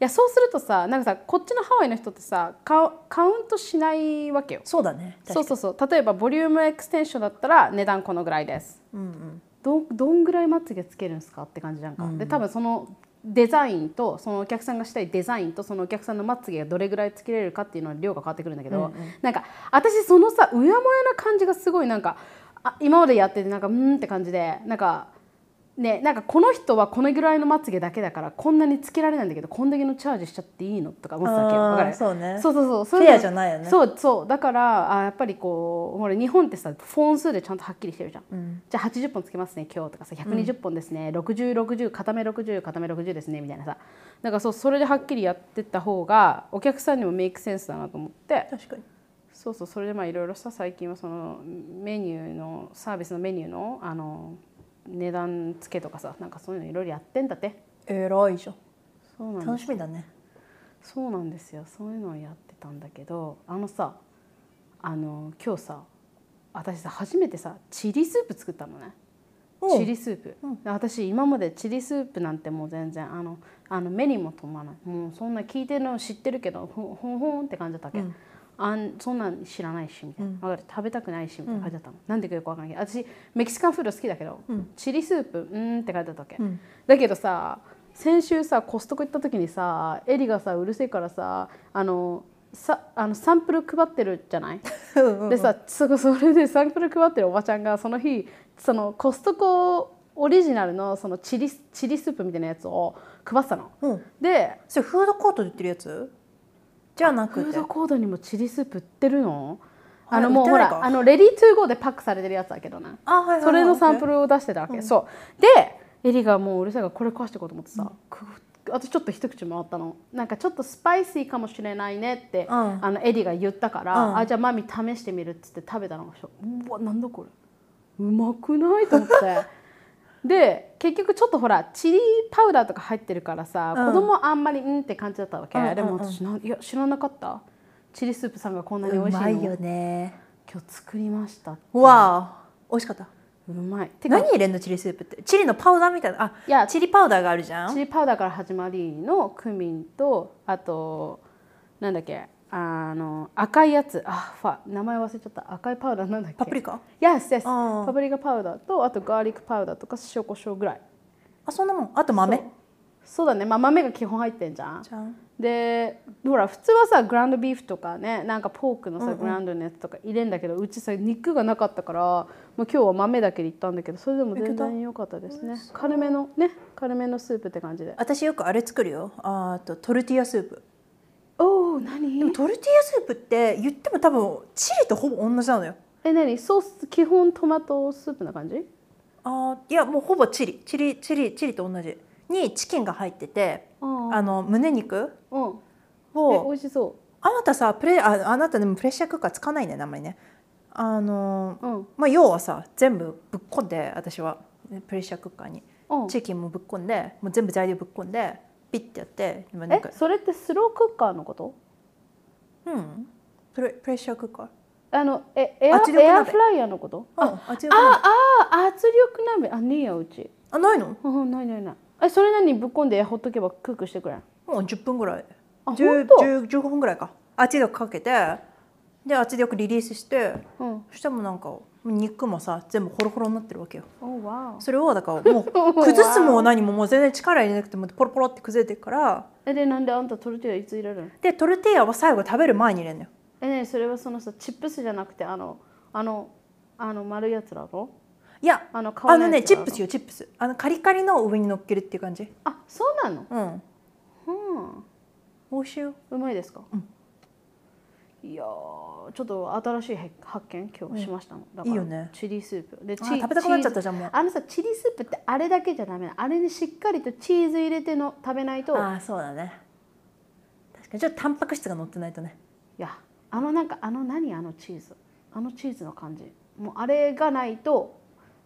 Speaker 2: いやそうするとさなんかさこっちのハワイの人ってさカウカウントしないわけよ
Speaker 1: そうだね
Speaker 2: そうそうそう例えばボリュームエクステンションだったら値段このぐらいです
Speaker 1: うんうん
Speaker 2: どどんぐらいまつげつけるんですかって感じじゃんか、で多分そのデザインとそのお客さんがしたいデザインとそのお客さんのまつげがどれぐらいつけれるかっていうのは量が変わってくるんだけど、なんか私そのさうやもやな感じがすごいなんかあ今までやっててなんかうーんって感じでなんか。ね、なんかこの人はこのぐらいのまつげだけだからこんなにつけられないんだけどこんだけのチャージしちゃっていいのとか思ってたわけよ
Speaker 1: あー
Speaker 2: わかる
Speaker 1: そうね
Speaker 2: そうそうそうそういうの
Speaker 1: フェアじゃないよね
Speaker 2: そうそうだからあやっぱりこうほら日本ってさフォン数でちゃんとはっきりしてるじゃん、じゃあ80本つけますね今日とかさ120本ですね、6060片目60片目60ですねみたいなさなんかそうそれではっきりやってった方がお客さんにもメイクセンスだなと思って
Speaker 1: 確かに
Speaker 2: そうそうそれでまあいろいろさ最近はそのメニューのサービスのメニューのあの値段付けとかさなんかそういうのいろいろやってんだって
Speaker 1: 偉いじゃん
Speaker 2: そうなんだ
Speaker 1: 楽しみだね
Speaker 2: そうなんですよそういうのをやってたんだけどあのさあの今日さ私さ初めてさチリスープ作ったのねチリスープ、
Speaker 1: うん
Speaker 2: 私今までチリスープなんてもう全然あのあの目にも留まないもうそんな聞いてるの知ってるけどほほんほんって感じだったわけ、
Speaker 1: うん
Speaker 2: あんそんなん知らないしみたいな、
Speaker 1: うん
Speaker 2: わかる食べたくないしみたいな感じだったの、なんでかよくわかんないけど私メキシカンフード好きだけど、
Speaker 1: うん
Speaker 2: チリスープうーんって書いてあったわけ、
Speaker 1: うん
Speaker 2: だけどさ先週さコストコ行った時にさエリがさうるせえからさあのさあのサンプル配ってるじゃないでさそそれでサンプル配ってるおばちゃんがその日そのコストコオリジナルのそのチリスチリスープみたいなやつを配ってたの。
Speaker 1: うん、
Speaker 2: で
Speaker 1: それフードコートで売ってるやつじゃなく
Speaker 2: フー
Speaker 1: て
Speaker 2: ドコートにもチリスープ売ってるの
Speaker 1: あ
Speaker 2: あのもう
Speaker 1: 売って
Speaker 2: ほ
Speaker 1: ないから
Speaker 2: あのレディートゥーゴーでパックされてるやつだけどね
Speaker 1: あはいはいはい
Speaker 2: それのサンプルを出してたわけ、そうでエリがもううるさいからこれ壊していこうと思ってさ、く私ちょっと一口回ったのなんかちょっとスパイシーかもしれないねって、
Speaker 1: うん
Speaker 2: あのエリが言ったから、
Speaker 1: うん
Speaker 2: あじゃあマミ試してみるっつって食べたのうわなんだこれうまくないと思って で結局ちょっとほらチリパウダーとか入ってるからさ、
Speaker 1: うん
Speaker 2: 子供あんまりうんって感じだったわけ、
Speaker 1: うんうんうん
Speaker 2: でも私ないや知らなかったチリスープさんがこんなに美
Speaker 1: う
Speaker 2: 味し
Speaker 1: ま
Speaker 2: いの
Speaker 1: いよね
Speaker 2: 今日作りました
Speaker 1: わあ美味しかった
Speaker 2: うまいてか
Speaker 1: 何入れんのチリスープってチリのパウダーみたいなあ
Speaker 2: いや
Speaker 1: チリパウダーがあるじゃ
Speaker 2: チ
Speaker 1: ん
Speaker 2: リパウダーから始まりのクミンとあとなんだっけあの赤いやつあファ名前忘れちゃった赤いパウダーなんだっけ
Speaker 1: パプリカ
Speaker 2: Yes, yes.
Speaker 1: あー
Speaker 2: パプリカパウダーとあとガーリックパウダーとか塩コショウぐらい
Speaker 1: あそんなもんあと豆
Speaker 2: そうそうだね、まあ、豆が基本入ってんじゃん
Speaker 1: じゃん
Speaker 2: でほら普通はさグランドビーフとかねなんかポークのさ、グランドのやつとか入れんだけどうちさ肉がなかったからもう今日は豆だけでいったんだけどそれでも全然良かったですね軽めのね軽めのスープって感じで
Speaker 1: 私よくあれ作るよあーとトルティーヤスープ
Speaker 2: おお何
Speaker 1: でもトルティーヤスープって言っても多分チリとほぼ同じなのよ
Speaker 2: え何ソース基本トマトスープな感じ
Speaker 1: あーいやもうほぼチリチリチリチリと同じにチキンが入ってて
Speaker 2: あー
Speaker 1: あの胸肉
Speaker 2: うんえ美
Speaker 1: を
Speaker 2: 味しそ
Speaker 1: あなたさプレああなたでもプレッシャークッカーつかないねあんまりねあのー
Speaker 2: ううん
Speaker 1: まあ要はさ全部ぶっこんで私はプレッシャークッカーに
Speaker 2: うん
Speaker 1: チキンもぶっこんでもう全部材料ぶっこんでピッてやってでもなん
Speaker 2: え
Speaker 1: か
Speaker 2: それってスロークッカーのこと
Speaker 1: うんプレプレッシャークッカー
Speaker 2: あのえエア
Speaker 1: 圧力鍋
Speaker 2: エアフライヤーのこと
Speaker 1: ああ違う
Speaker 2: ああ圧力鍋あねえやうち
Speaker 1: あないの
Speaker 2: うんないないないえそれ何ぶっこんでほっとけばクックしてくれん
Speaker 1: もう10分ぐらい
Speaker 2: あ
Speaker 1: 10
Speaker 2: 本当
Speaker 1: 10 15分ぐらいか圧力かけてで圧力リリースして
Speaker 2: うん
Speaker 1: そしたらもうなんか肉もさ全部ホロホロになってるわけよ
Speaker 2: おわお
Speaker 1: それをだからもう崩すも何ももう全然力入れなくてもうポロポロって崩れてるから
Speaker 2: えでなんであんたトルティーヤいつ入れるの
Speaker 1: でトルティーヤは最後食べる前に入れるのよ
Speaker 2: えねそれはそのさチップスじゃなくてあのあのあの丸いやつだろ
Speaker 1: いや
Speaker 2: あの皮の
Speaker 1: あ
Speaker 2: やつ
Speaker 1: のねチップス
Speaker 2: よ
Speaker 1: よチップスあのカリカリの上に乗っけるっていう感じ
Speaker 2: あそうなの
Speaker 1: うん
Speaker 2: うん
Speaker 1: 美味しいよ
Speaker 2: うまいですか、いやーちょっと新しいへ発見今日しましたもん、だから
Speaker 1: いいよね
Speaker 2: チリスープで
Speaker 1: あー食べたくなっちゃったじゃんもう
Speaker 2: チーズあのさチリスープってあれだけじゃダメなのあれにしっかりとチーズ入れての食べないと
Speaker 1: ああそうだね確かにちょっとタンパク質が乗ってないとね
Speaker 2: いやあのなんかあの何あのチーズあのチーズの感じもうあれがないと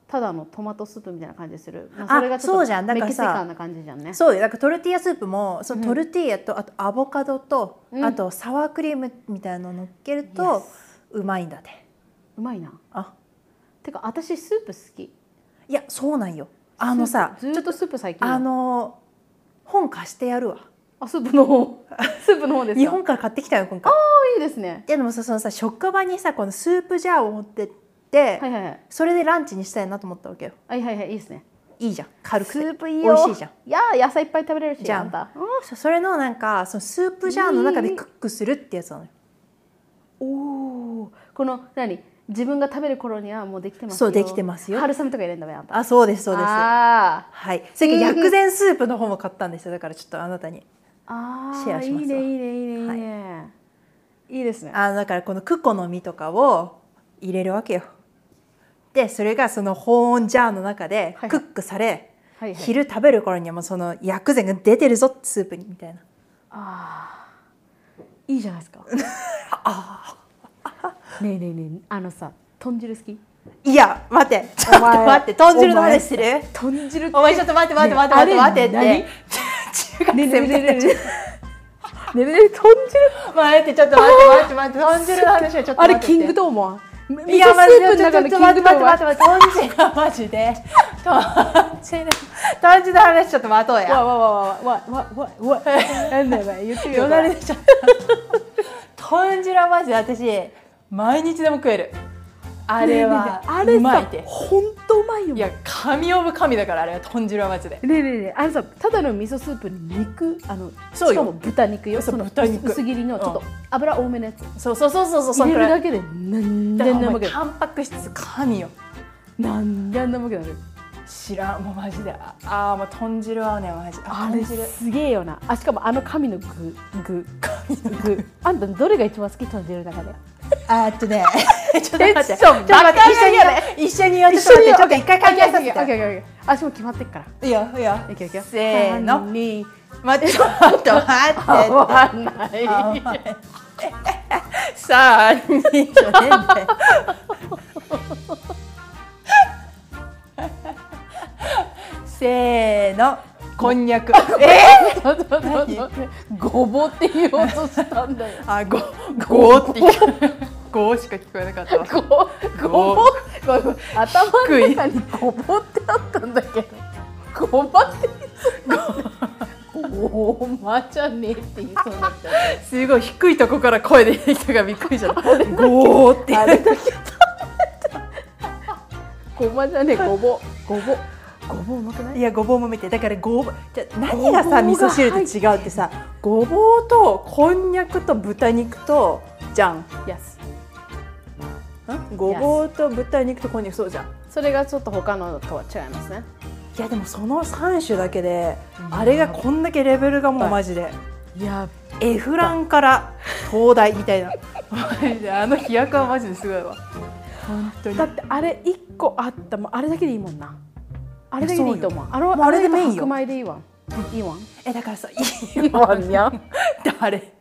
Speaker 2: ただのトマトスープみたいな感じする、ま
Speaker 1: あ
Speaker 2: れがちょっと
Speaker 1: そうじゃんだから
Speaker 2: メキシ
Speaker 1: さ
Speaker 2: カンな感じじゃんね
Speaker 1: そうよだからトルティーヤスープもそのトルティーヤと、あとアボカドと、
Speaker 2: うん
Speaker 1: あとサワークリームみたいなの乗っけるとうまいんだって
Speaker 2: うまいな
Speaker 1: あ
Speaker 2: てか私スープ好き
Speaker 1: いやそうなんよあのさ
Speaker 2: スープずっとスープ最近
Speaker 1: あの本貸してやるわ
Speaker 2: あスープ の方スープの方ですか
Speaker 1: 日本から買ってきたよ今回
Speaker 2: いいですね
Speaker 1: ででもさそのさ職場にさこのスープジャーを持ってって、
Speaker 2: はいはいはい
Speaker 1: それでランチにしたいなと思ったわけよ
Speaker 2: はいはいはいいいですね
Speaker 1: いいじゃん軽くて
Speaker 2: スープいい
Speaker 1: 美
Speaker 2: よ
Speaker 1: 味しいじゃん
Speaker 2: いやー野菜いっぱい食べれるし
Speaker 1: じゃん
Speaker 2: あんた
Speaker 1: そそれのなんかそのスープジャーの中でクックするってやつなのよ
Speaker 2: おおこの何自分が食べる頃にはもうできてますよ
Speaker 1: そうできてますよ
Speaker 2: 春雨とか入れんだめあんた
Speaker 1: あそうですそうです
Speaker 2: あー
Speaker 1: はい、それから薬膳スープの方も買ったんですよだからちょっとあなたに
Speaker 2: あー
Speaker 1: シェアしますわ
Speaker 2: いいねいいねいいねいいね、い、いですね
Speaker 1: あのだからこのクコの実とかを入れるわけよでそれがその保温ジャーの中で
Speaker 2: はいはい
Speaker 1: クックされ、
Speaker 2: はいはい
Speaker 1: 昼食べる頃にはもうその薬膳が出てるぞスープにみたいな
Speaker 2: あーいいじゃないです かねえねえねえあのさ豚汁好き
Speaker 1: いや待ってちょっと 待って豚汁の話してる
Speaker 2: 豚汁
Speaker 1: お前ちょっと待って待って待って待って待って
Speaker 2: ね
Speaker 1: って中学生みたいになっちゃう
Speaker 2: ねえねえねえねねねね豚汁
Speaker 1: 待ってちょっと待 って待って待って豚汁の話はちょっと
Speaker 2: あ
Speaker 1: 待
Speaker 2: れ
Speaker 1: って
Speaker 2: キングドーマー味噌
Speaker 1: い
Speaker 2: ス
Speaker 1: やまずち
Speaker 2: ー
Speaker 1: ょ
Speaker 2: プ
Speaker 1: っと
Speaker 2: の
Speaker 1: 待
Speaker 2: 中
Speaker 1: っ
Speaker 2: の
Speaker 1: て
Speaker 2: キン
Speaker 1: 待って
Speaker 2: グドーマ
Speaker 1: 待っ
Speaker 2: ー
Speaker 1: て待って豚汁はマジで豚汁豚汁の話ちょっと待とうや
Speaker 2: わわわわわわわわわなんだよな言ってみよ
Speaker 1: よ
Speaker 2: う
Speaker 1: だ
Speaker 2: か
Speaker 1: れ
Speaker 2: な
Speaker 1: 出ちゃった豚汁はマジで私毎日でも食えるあれは
Speaker 2: あれ
Speaker 1: うまいっ
Speaker 2: さ
Speaker 1: て
Speaker 2: 本当うまいよ
Speaker 1: いや神オブ神だからあれは豚汁はマジで
Speaker 2: ねえねえねえあれさただの味噌スープに肉あの
Speaker 1: そうよ
Speaker 2: しかも豚肉よ
Speaker 1: そう
Speaker 2: の
Speaker 1: 豚肉
Speaker 2: 薄薄切りのちょっ
Speaker 1: う
Speaker 2: と
Speaker 1: ん
Speaker 2: 油多めのやつ
Speaker 1: そうそうそうそうそうそ
Speaker 2: 入れる
Speaker 1: れ
Speaker 2: だけでなん
Speaker 1: だ
Speaker 2: で
Speaker 1: からお
Speaker 2: んな
Speaker 1: 前
Speaker 2: わけ
Speaker 1: タンパク質神よ
Speaker 2: なんであんなわけなのよ
Speaker 1: 知らんもうマジでああーもう豚汁はねマジ
Speaker 2: あれ
Speaker 1: 豚汁
Speaker 2: すげえよなあしかもあの神の具具神の 具あんたどれが一番好き豚汁の中で
Speaker 1: あーっとね ちょっと待って
Speaker 2: テ
Speaker 1: ち
Speaker 2: ンシ
Speaker 1: ょ
Speaker 2: ョ
Speaker 1: っ
Speaker 2: ン
Speaker 1: と待って
Speaker 2: バカが嫌だ
Speaker 1: 一緒にやる一緒にやってちょっと待ってちょっと一回考えさせ
Speaker 2: オッ
Speaker 1: て
Speaker 2: ケーオッケーオッケーオッケー足も決まってっから
Speaker 1: いいよいいよ
Speaker 2: いけいけ
Speaker 1: せーの
Speaker 2: 三二
Speaker 1: 待ってちょっと待って
Speaker 2: 合わない
Speaker 1: さあ、二じゃねえんだよ。せーの、こんにゃく。え
Speaker 2: ちょっと待ってごぼって言おうとしたんだよ
Speaker 1: ー、あ、ご、ごーって言った。ごーしか聞こえなかったわ。
Speaker 2: ごごぼ
Speaker 1: ご
Speaker 2: ごぼ頭の中にごぼってあったんだけどごぼって言ってごまじゃねえって言いそうになっちゃっ
Speaker 1: すごい低いとこから声出てきたがびっくりしちゃった。 ごーって。
Speaker 2: たあれだけ食べたごまじゃねえごぼごぼごぼうまくない
Speaker 1: いやごぼうも見てだからごぼうじゃ何がさ
Speaker 2: ご
Speaker 1: 味
Speaker 2: ぼうが
Speaker 1: 噌汁と違うってさごぼうとこんにゃくと豚肉とじゃん
Speaker 2: やす
Speaker 1: ごぼうと豚肉とこんにゃくそうじゃん
Speaker 2: それがちょっと他のとは違いますね
Speaker 1: いやでもその3種だけで、あれがこんだけレベルがもうマジで、
Speaker 2: やっ
Speaker 1: エフランから東大みたいなマジであの飛躍はマジですごいわ本当に
Speaker 2: だってあれ一個あったもんあれだけでいいもんなあれだけでいいと思うあ
Speaker 1: もう
Speaker 2: の
Speaker 1: あれでメインよ
Speaker 2: 白米でいいわいいわ
Speaker 1: えだからさい
Speaker 2: いいわにゃん
Speaker 1: 誰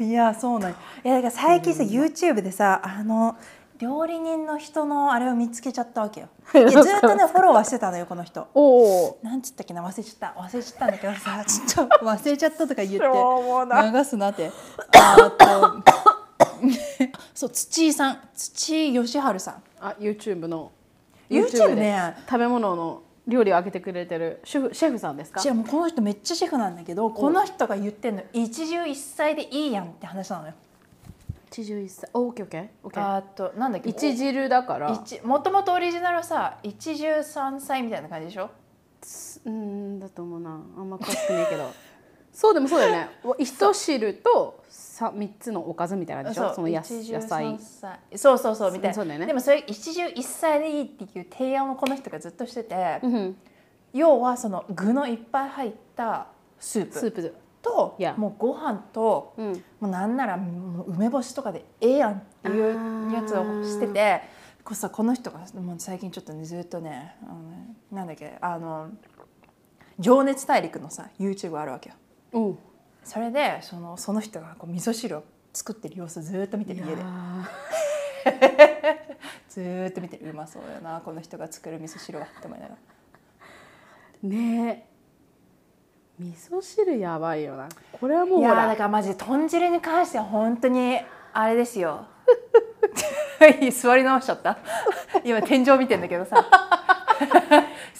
Speaker 1: いやそうなんよいやだから最近さ YouTube でさあの料理人の人のあれを見つけちゃったわ けよいやずっとねフォローはしてたのよこの人
Speaker 2: おお
Speaker 1: なんつったっけな忘れちゃった忘れちゃったんだけどさ ちょっと忘れちゃったとか言って
Speaker 2: しょうもな
Speaker 1: 流すなってあとそう土井さん土井義晴さん
Speaker 2: あ YouTube の
Speaker 1: YouTube
Speaker 2: で
Speaker 1: ね
Speaker 2: 食べ物の料理をあげてくれてるシェフシェフさんですか
Speaker 1: じゃあもうこの人めっちゃシェフなんだけどこの人が言ってんの一汁一菜でいいやんって話なのよ
Speaker 2: 一汁一菜おオッケーオッケーオッケー
Speaker 1: あとなんだっけ
Speaker 2: 一汁だから
Speaker 1: 一もともとオリジナルはさ一汁三菜みたいな感じでしょ
Speaker 2: うーんだと思うなあんま詳しくないけど そうでもそうだよねわ一汁とさ三つのおかずみたいな感じでしょその野
Speaker 1: 一
Speaker 2: 野
Speaker 1: 汁三
Speaker 2: 菜
Speaker 1: 菜そうそうそうみたいな
Speaker 2: そうだよね
Speaker 1: でもそれ一汁一菜でいいっていう提案をこの人がずっとしてて、
Speaker 2: うんうん
Speaker 1: 要はその具のいっぱい入ったスープ
Speaker 2: スープ
Speaker 1: と、
Speaker 2: Yeah.
Speaker 1: もうご飯と
Speaker 2: うん
Speaker 1: もうなんならもう梅干しとかでええやんっていうやつをしててこうさこの人がもう最近ちょっとねずっとねあのねなんだっけあの「情熱大陸」のさ YouTube あるわけよ。
Speaker 2: おう
Speaker 1: それでそのその人がこう味噌汁を作ってる様子ずーっと見て
Speaker 2: い
Speaker 1: る
Speaker 2: や
Speaker 1: 家で
Speaker 2: ー
Speaker 1: ずーっと見てるうまそうやなこの人が作る味噌汁はって思いながら
Speaker 2: ねえ味噌汁やばいよなこれはも
Speaker 1: い
Speaker 2: うほ
Speaker 1: やーだ
Speaker 2: ら
Speaker 1: からマジで豚汁に関しては本当にあれですよ 座り直しちゃ った今天井見てんだけど さ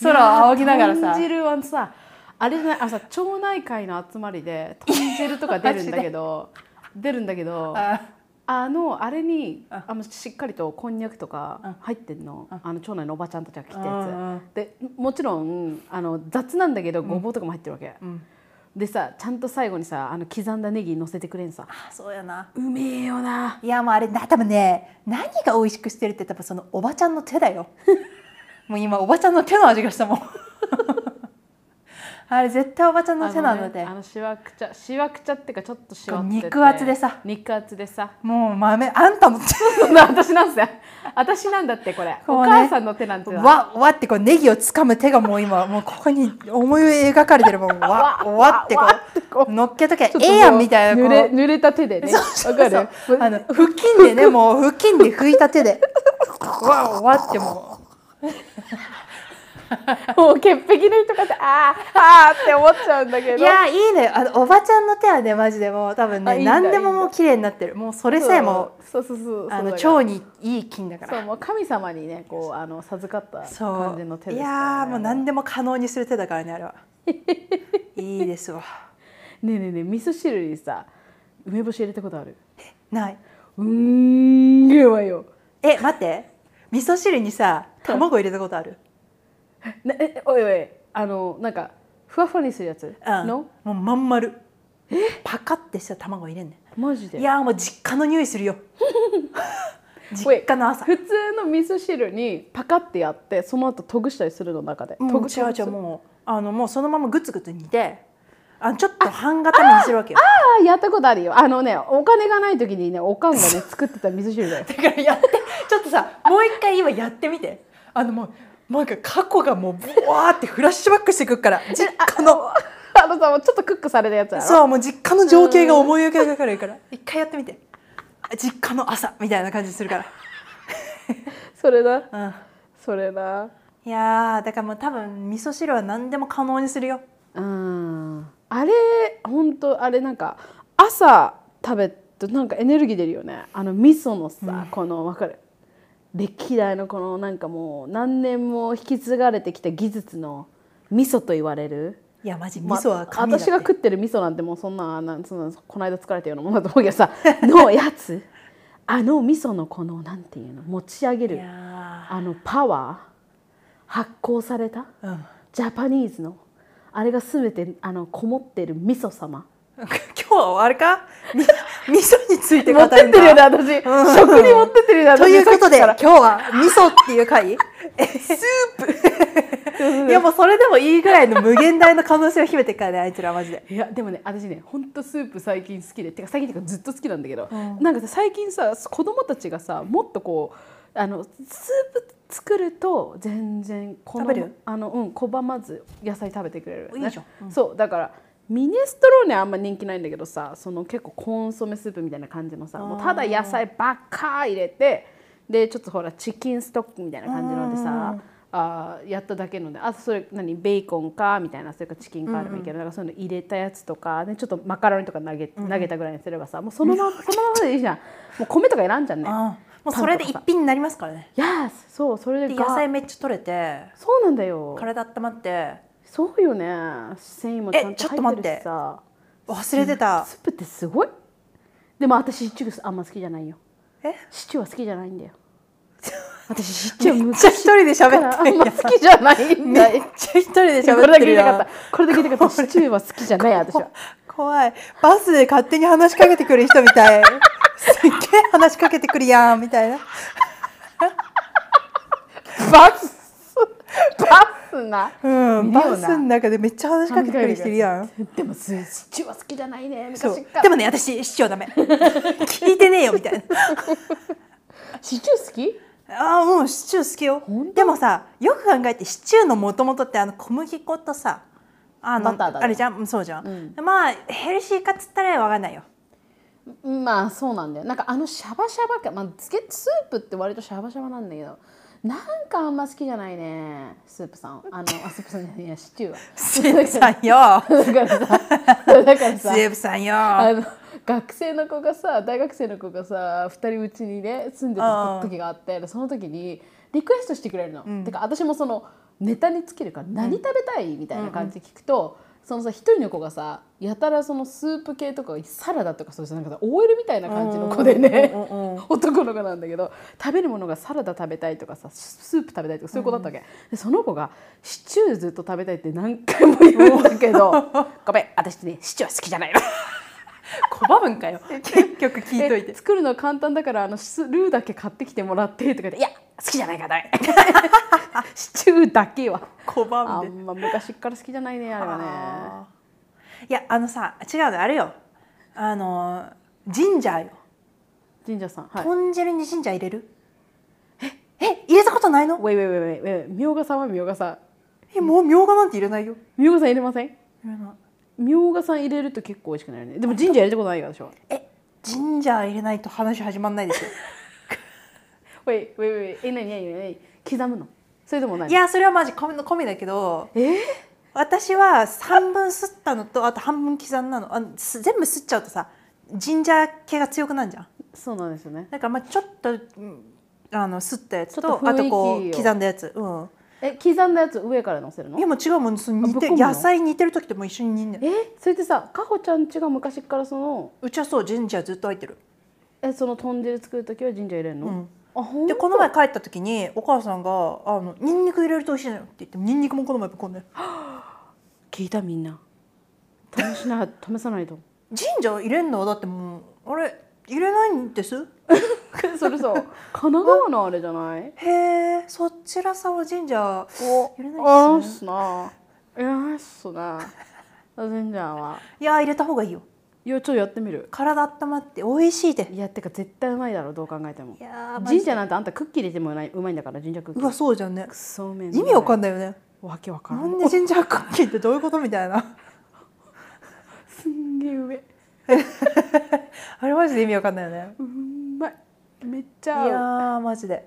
Speaker 1: 空を仰ぎながら
Speaker 2: 豚
Speaker 1: さ
Speaker 2: 汁はさあれじゃないあのさ町内会の集まりで豚汁とか出るんだ けど出るんだけど
Speaker 1: あ
Speaker 2: あのあれにあのしっかりとこんにゃくとか入ってんのあの町内のおばちゃんたちが切った
Speaker 1: うんう
Speaker 2: やつでもちろんあの雑なんだけどごぼうとかも入ってるわけ、でさちゃんと最後にさあの刻んだネギ乗せてくれんさ
Speaker 1: ーそうやな
Speaker 2: うめえよない
Speaker 1: やもうあれな多分ね何が美味しくしてるって多分そのおばちゃんの手だよ もう今おばちゃんの手の味がしたもん あれ絶対おばちゃんの手なので
Speaker 2: あの,、ね、あのしわくちゃしわくちゃっていうかちょっとしわってて
Speaker 1: 肉厚でさ
Speaker 2: 肉厚でさ
Speaker 1: もう豆あんたの手
Speaker 2: 私なんですね私なんだってこれ
Speaker 1: こう
Speaker 2: お
Speaker 1: ね
Speaker 2: 母さんの手なんてだ
Speaker 1: わわってこうネギをつかむ手がもう今もうここに思い描かれてるもんわわってこ
Speaker 2: わってこ
Speaker 1: う乗っけときゃえ
Speaker 2: ちょっともう
Speaker 1: えやんみたいな
Speaker 2: 濡
Speaker 1: こ
Speaker 2: れ
Speaker 1: う
Speaker 2: 濡れた手で ね
Speaker 1: そうそう
Speaker 2: わ
Speaker 1: そう
Speaker 2: かる
Speaker 1: あの布巾でねもう布巾で拭いた手でわわってもう
Speaker 2: もう潔癖の人かってあーあーって思っちゃうんだけど
Speaker 1: いやいいねあのおばちゃんの手はねマジでもう多分
Speaker 2: あい
Speaker 1: ね
Speaker 2: いんだ
Speaker 1: 何でももう綺麗になってるもうそれさえも
Speaker 2: そうそうそうそう
Speaker 1: あ
Speaker 2: そう
Speaker 1: の
Speaker 2: だから
Speaker 1: 腸にいい菌だか
Speaker 2: そう
Speaker 1: ら
Speaker 2: もう神様にねこうあの授かった
Speaker 1: そう
Speaker 2: 感じの手で
Speaker 1: い
Speaker 2: す
Speaker 1: やーもう何
Speaker 2: で
Speaker 1: でも可能にする手だからねあれはいいですわ
Speaker 2: ねえねえねえ味噌汁にさ梅干し入れたことある
Speaker 1: ない。
Speaker 2: うーんげえわよ
Speaker 1: え待って味噌汁にさ卵入れたことある、
Speaker 2: なえおいおいあのなんかふわふわにするやつ
Speaker 1: うん、
Speaker 2: の
Speaker 1: もうまん丸えパカってした卵入れんね
Speaker 2: マジで
Speaker 1: いやーもう実家の匂いす るよ実家の朝
Speaker 2: 普通の味噌汁にパカってやってその後とぐしたりするの中で、
Speaker 1: も
Speaker 2: と
Speaker 1: う
Speaker 2: ぐ
Speaker 1: 違う違う
Speaker 2: う
Speaker 1: もうあのもうそのままグツグツ煮てあのちょっと半固めにするわけよ
Speaker 2: ああやったことあるよあのねお金がない時にねおかん がね作ってた味噌汁だよ
Speaker 1: だからやってちょっとさもう一回今やってみてあのもうなんか過去がもうブワーってフラッシュバックしてくる から実家の
Speaker 2: あのさもうちょっとクックされたやつだろ
Speaker 1: そうもう実家の情景が思い浮かべからいいから 一回やってみて実家の朝みたいな感じするか
Speaker 2: それだ
Speaker 1: ら、うん、
Speaker 2: それだ
Speaker 1: いやーだからもう多分味噌汁は何でも可能にするよ
Speaker 2: うんあれ本当あれなんか朝食べてなんかエネルギー出るよねあの味噌のさ、このわかる歴代のこのなんかもう何年も引き継がれてきた技術の味噌と言われる
Speaker 1: いやマジ味
Speaker 2: ま
Speaker 1: 噌は神だって、
Speaker 2: 私が食ってる味噌なんてもうそんななんそんなこの間疲れたようなものだと思う けどさのやつあの味噌のこのなんていうの持ち上げ
Speaker 1: い
Speaker 2: る
Speaker 1: や
Speaker 2: あのパワー発酵された
Speaker 1: ーうん
Speaker 2: ジャパニーズのあれが全てあのこもってる味噌様
Speaker 1: 今日はあれか み味噌について語
Speaker 2: 持
Speaker 1: る
Speaker 2: っ
Speaker 1: ん
Speaker 2: てってるよね
Speaker 1: だ
Speaker 2: 私、食に持ってってるよね私
Speaker 1: ということで
Speaker 2: さ
Speaker 1: 今
Speaker 2: っき
Speaker 1: 日は味噌っていう 回スープ いやもうそれでもいいぐらいの無限大の可能性を秘めてるからねあいつらマジで
Speaker 2: いやでもね私ねほんとスープ最近好きでてか最近っていうかずっと好きなんだけど、なんかさ最近さ子供たちがさもっとこうあのスープ作ると全然好ま
Speaker 1: 食べる
Speaker 2: あのうん拒まず野菜食べてくれる、
Speaker 1: いいじゃん
Speaker 2: そうだからミネストローネはあんま人気ないんだけどさその結構コンソメスープみたいな感じのさもうただ野菜ばっか入れてでちょっとほらチキンストックみたいな感じのでさあーやっただけのであそれ何ベーコンかみたいなそれかチキンかあるもいいけど、なんかそういうの入れたやつとか、ね、ちょっとマカロニとか投げ,、投げたぐらいにすればさもうそのままそのままでいいじゃんもう米とかいらんじゃんね。
Speaker 1: あーもうそれで一品になりますからね
Speaker 2: Yes! そうそれ
Speaker 1: で
Speaker 2: で
Speaker 1: 野
Speaker 2: が
Speaker 1: 菜めっちゃ取れて
Speaker 2: そうなんだよ
Speaker 1: 体温まって
Speaker 2: そうよね繊維もちゃん
Speaker 1: え
Speaker 2: と
Speaker 1: ちょっと待
Speaker 2: 入っ
Speaker 1: ってて
Speaker 2: るしさ。
Speaker 1: 忘れてた
Speaker 2: スープってすごいでも私シチューあんま好きじゃないよ
Speaker 1: え
Speaker 2: シチューは好きじゃないんだよ私シチュー
Speaker 1: めっちゃ一
Speaker 2: 昔
Speaker 1: 人で
Speaker 2: か
Speaker 1: 喋っ
Speaker 2: らあ
Speaker 1: て
Speaker 2: ん
Speaker 1: る
Speaker 2: ま好きじゃないんだ
Speaker 1: めっ
Speaker 2: よ
Speaker 1: ちゃ一人で
Speaker 2: こ
Speaker 1: 喋
Speaker 2: れ
Speaker 1: って
Speaker 2: だ
Speaker 1: る
Speaker 2: け言いたか
Speaker 1: よ
Speaker 2: ったこれだけ言いたかったシチューは好きじゃない私は
Speaker 1: 怖いバスで勝手に話しかけてくる人み たいすっげえ話しかけてくるやんみたいな
Speaker 2: バスバスな
Speaker 1: うん
Speaker 2: いるよな
Speaker 1: バスの中でめっちゃ話しかけてくる人いるやん
Speaker 2: でもすシチューは好きじゃないね
Speaker 1: そう
Speaker 2: 昔から
Speaker 1: でもね私市長ダ メ聞いてねえよみたいな
Speaker 2: シチュー好き
Speaker 1: ああうんシチュー好きよでもさよく考えてシチューのもともとってあの小麦粉とさあの
Speaker 2: バターだね
Speaker 1: あれじゃんうんそうじゃん、まあヘルシーかっつったら分かんないよ
Speaker 2: まあそうなんだよなんかあのシャバシャバか、まあ、つけスープって割とシャバシャバなんだけどなんかあんま好きじゃないねスープさんあのあスープさんじゃないいやシチューは
Speaker 1: スープさんよ
Speaker 2: だからさそうだから
Speaker 1: ス
Speaker 2: さ
Speaker 1: ープさんよ
Speaker 2: あの学生の子がさ大学生の子がさ2人うちにね住んでた時があってでその時にリクエストしてくれるの、てか私もそのネタにつけるから何食べたい、みたいな感じで聞くと、そのさ一人の子がさやたらそのスープ系とかサラダとかそういうなんかさ OL みたいな感じの子でね、男の子なんだけど食べるものがサラダ食べたいとかさスープ食べたいとかそういう子だったわけ、でその子がシチューずっと食べたいって何回も言うんだけ どごめん私ねシチューは好きじゃないの。
Speaker 1: 拒むん かよ結局聞いとい
Speaker 2: え
Speaker 1: て
Speaker 2: 作るのは簡単だからあのスルーだけ買ってきてもらってとか言っていや好きじゃない からダメシチューだけは あ
Speaker 1: 拒んで
Speaker 2: んま昔っから好きじゃないねあれはね
Speaker 1: あーいやあのさ違うのあれよあのジンジャーよ
Speaker 2: 神社さんはい
Speaker 1: 豚汁にジンジャー入れるええ入れたことないの
Speaker 2: ウェイウェイウェイウェイウェイみょうがさんはみょうがさん
Speaker 1: えもうみょうがなんて入れないよ
Speaker 2: みょうがさん入れません
Speaker 1: 入れない
Speaker 2: みょうがさん入れると結構美味しくなるねでも神社入れたことないからでしょ
Speaker 1: えジンジャー入れないと話始まんないですよ
Speaker 2: ウェイウェイウェイえ何何何何刻むのそれでもない
Speaker 1: いやそれはマジ込み込みだけど
Speaker 2: えー
Speaker 1: 私は半分すったのとあと半分刻んだのあす全部すっちゃうとさジンジャー系が強くなるじゃん
Speaker 2: そうなんですよね
Speaker 1: だからまあちょっとうんあのすったやつ
Speaker 2: ちょ
Speaker 1: と
Speaker 2: っと雰
Speaker 1: あ
Speaker 2: 囲気
Speaker 1: とこう
Speaker 2: を
Speaker 1: 刻んだやつうん
Speaker 2: え刻んだやつ上から乗せるの
Speaker 1: いやもう違うもんその似
Speaker 2: ぶって込むの
Speaker 1: 野菜煮てる時ともう一緒に煮んねん
Speaker 2: えそれってさかほちゃんちが昔からその
Speaker 1: うちはそうジンジャーずっと入ってる
Speaker 2: えその豚汁作る時は神社入れるの、
Speaker 1: うん
Speaker 2: あほん
Speaker 1: で
Speaker 2: と
Speaker 1: この前帰った時にお母さんが「あのニンニク入れると美味しいのよ」って言ってニンニクもこの前ぶっこんで
Speaker 2: 聞いたみんな試しな試さないと
Speaker 1: 神社入れんのはだってもうあれ入れないんです
Speaker 2: それさ神奈川のあれじゃない
Speaker 1: へえそちらさんは神社
Speaker 2: お
Speaker 1: 入れない
Speaker 2: あ
Speaker 1: っ
Speaker 2: っ
Speaker 1: す
Speaker 2: すないやっすな全然はい
Speaker 1: や入れた方がいいよ
Speaker 2: いやちょっとやってみる
Speaker 1: 体温まって美味しいって
Speaker 2: いやてか絶対うまいだろどう考えても
Speaker 1: いやーマジ
Speaker 2: 神社なんてあんたクッキー入れてもうまいうまいんだから神社クッキ
Speaker 1: う
Speaker 2: ー
Speaker 1: わそうじゃんね
Speaker 2: くそめん
Speaker 1: 意味わか
Speaker 2: ん
Speaker 1: んないよね
Speaker 2: わけわか
Speaker 1: なんん
Speaker 2: ない
Speaker 1: で神社クッキーってどういうことみたいな
Speaker 2: すんげえうめえ
Speaker 1: あれマジで意味わかんないよね
Speaker 2: うんまいめっち
Speaker 1: い
Speaker 2: ゃ合う
Speaker 1: やーマジでは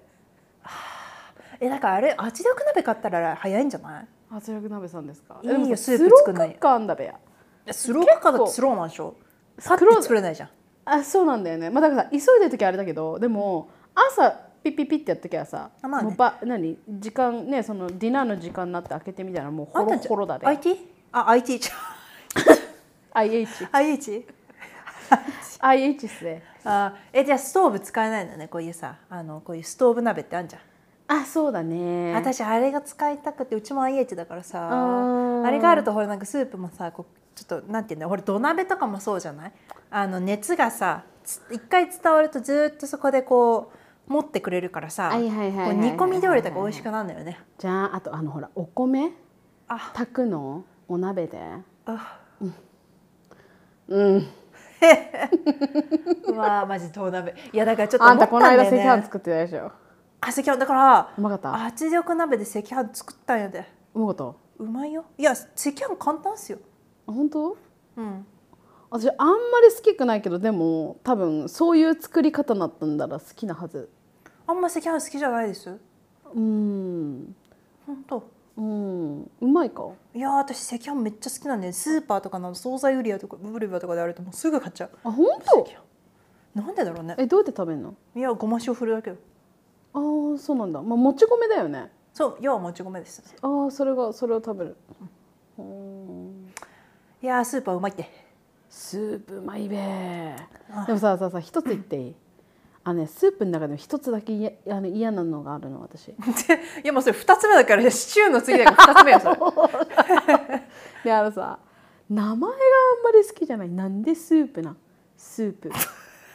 Speaker 1: あえなんかあれ圧力鍋買ったら早いんじゃない
Speaker 2: 圧力鍋さんですか
Speaker 1: いいよ
Speaker 2: でもさ
Speaker 1: スープ作んないよ
Speaker 2: スロークッカーあんだべや
Speaker 1: スローカーだって
Speaker 2: 結構
Speaker 1: スローなんでしょさっ
Speaker 2: スロー
Speaker 1: て作れないじゃん
Speaker 2: あそうなんだよねまあだからさ急いでる時はあれだけどでも朝ピッピッピッってやっときゃさ、
Speaker 1: あまあね
Speaker 2: もうば何時間ねそのディナーの時間になって開けてみたらもうホ
Speaker 1: あん
Speaker 2: ロ
Speaker 1: たち
Speaker 2: ホロだで
Speaker 1: IT? あ IT じゃん
Speaker 2: IH
Speaker 1: IH?
Speaker 2: IH っすね
Speaker 1: あえじゃあストーブ使えないんだねこういうさあのこういうストーブ鍋ってあんじゃん、
Speaker 2: あそうだね
Speaker 1: 私あれが使いたくてうちも IH だからさ
Speaker 2: あ
Speaker 1: あ
Speaker 2: ー
Speaker 1: れがあるとほらなんかスープもさこうちょっとなんていうんだよほら土鍋とかもそうじゃないあの熱がさつ一回伝わるとずっとそこでこう持ってくれるからさこ
Speaker 2: は
Speaker 1: う
Speaker 2: い
Speaker 1: 煮
Speaker 2: はいはいはいはい
Speaker 1: 込み料理とか美味しくなるんだよ ね
Speaker 2: じゃああとあのほらお米
Speaker 1: あ
Speaker 2: 炊くのお鍋で
Speaker 1: あ
Speaker 2: うん
Speaker 1: うわーマジ土鍋いやだからちょっと
Speaker 2: あ
Speaker 1: 思
Speaker 2: ん
Speaker 1: った
Speaker 2: た
Speaker 1: ん
Speaker 2: この
Speaker 1: だ
Speaker 2: 間
Speaker 1: よ
Speaker 2: 赤
Speaker 1: ね
Speaker 2: 飯作ってたでしょ
Speaker 1: あ赤飯だから
Speaker 2: うまかった
Speaker 1: 圧力鍋で赤飯作ったんやで
Speaker 2: うまかった
Speaker 1: うまいよいや赤飯簡単っすよ
Speaker 2: あ本当
Speaker 1: うん
Speaker 2: 私あんまり好きくないけどでも多分そういう作り方になったんだら好きなはず
Speaker 1: あんま赤飯好きじゃないです
Speaker 2: うん
Speaker 1: ほんと
Speaker 2: うんうまいか
Speaker 1: いやー私赤飯めっちゃ好きなんでスーパーとかの惣菜売り場とか売り場とかであるともうすぐ買っちゃう
Speaker 2: あ本
Speaker 1: 赤飯なんでだろうね
Speaker 2: えどうやって食べるの
Speaker 1: いやごま塩振るだけよ
Speaker 2: ああそうなんだまあもち米だよね
Speaker 1: そう要はもち米です
Speaker 2: ああそれがそれを食べるうん
Speaker 1: いやースーパーうまいって
Speaker 2: スープうまいべ
Speaker 1: あ
Speaker 2: でもさささ一つ言ってい いあのねスープの中でも一つだけいやあの嫌なのがあるの 私
Speaker 1: いやもうそれ2つ目だからシチューの次だから2つ目よそ れ
Speaker 2: であのさ 名前があんまり好きじゃないなんでスープなんスー プ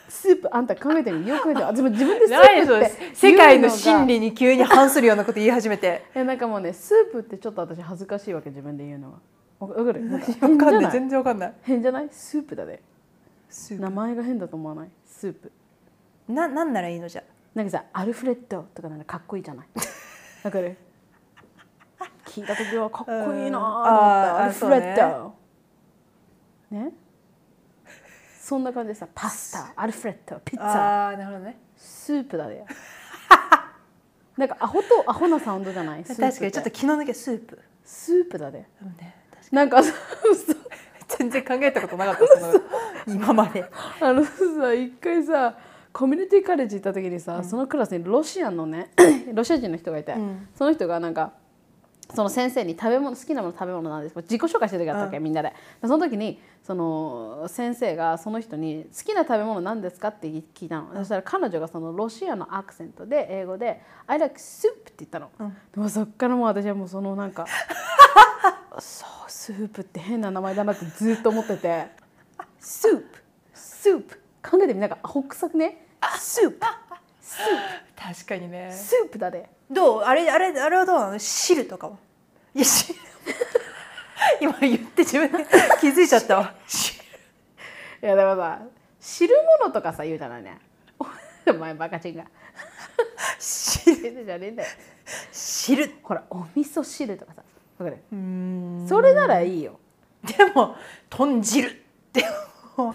Speaker 2: スープあんた考えてみよく考えてみ私も自分でスー
Speaker 1: 何そ
Speaker 2: プっ
Speaker 1: れ
Speaker 2: て
Speaker 1: 世界の真
Speaker 2: 理
Speaker 1: 理に急に反するようなこと言い始め て
Speaker 2: えなんかもうねスープってちょっと私恥ずかしいわけ自分で言うのがわわかるなん か
Speaker 1: わ
Speaker 2: 変じ
Speaker 1: かん
Speaker 2: ゃ
Speaker 1: ない
Speaker 2: ない
Speaker 1: 全然わかんない
Speaker 2: 変じゃないスープだね
Speaker 1: スープ
Speaker 2: 名前が変だと思わないスープ
Speaker 1: ななんならいいのじゃ
Speaker 2: なんかさアルフレッドとかなんかかっこいい じゃないわかる聞いた時はかっこいいな
Speaker 1: うんあー
Speaker 2: あと思ったアルフレッ
Speaker 1: あ
Speaker 2: ドねそんな感じでさパ スタアルフレッドピッツァ
Speaker 1: ああーなるほどね
Speaker 2: スープだねなんかアホとアホなサウンドじゃない
Speaker 1: 確かにちょっと
Speaker 2: と
Speaker 1: 気の抜けスープ、
Speaker 2: スープだね
Speaker 1: うんね、確か
Speaker 2: なんかさ 嘘
Speaker 1: に全然考えたことなかったその今まで
Speaker 2: あのさ一回さコミュニティカレッジ行った時にさ、そのクラスにロシアのねロシア人の人がいて、
Speaker 1: ん
Speaker 2: その人がなんかその先生に食べ物好きなもの食べ物なんです自己紹介してる時あったわけ、みんなででその時にその先生がその人に「好きな食べ物なんですか?」って聞いたの、そしたら彼女がそのロシアのアクセントで英語で「I like soup」って言ったの、
Speaker 1: うん
Speaker 2: でもそっからもう私はもうそのな んかそうスープって変な名前だなってずっと思って てスープスープ考えてみなんかアホ臭くねスープスー
Speaker 1: 確かにね
Speaker 2: プスープだね
Speaker 1: どうあれあれあれはどうなの汁とかはいや汁 今言って自分で気づいちゃったわ汁
Speaker 2: いやでもさ汁物とかさ言うじゃないね お前バカチン が
Speaker 1: 汁
Speaker 2: 汁じゃねえんだよ
Speaker 1: 汁
Speaker 2: ほらお味噌汁とかさわかる
Speaker 1: うーん
Speaker 2: それならいいよ
Speaker 1: でも豚汁っても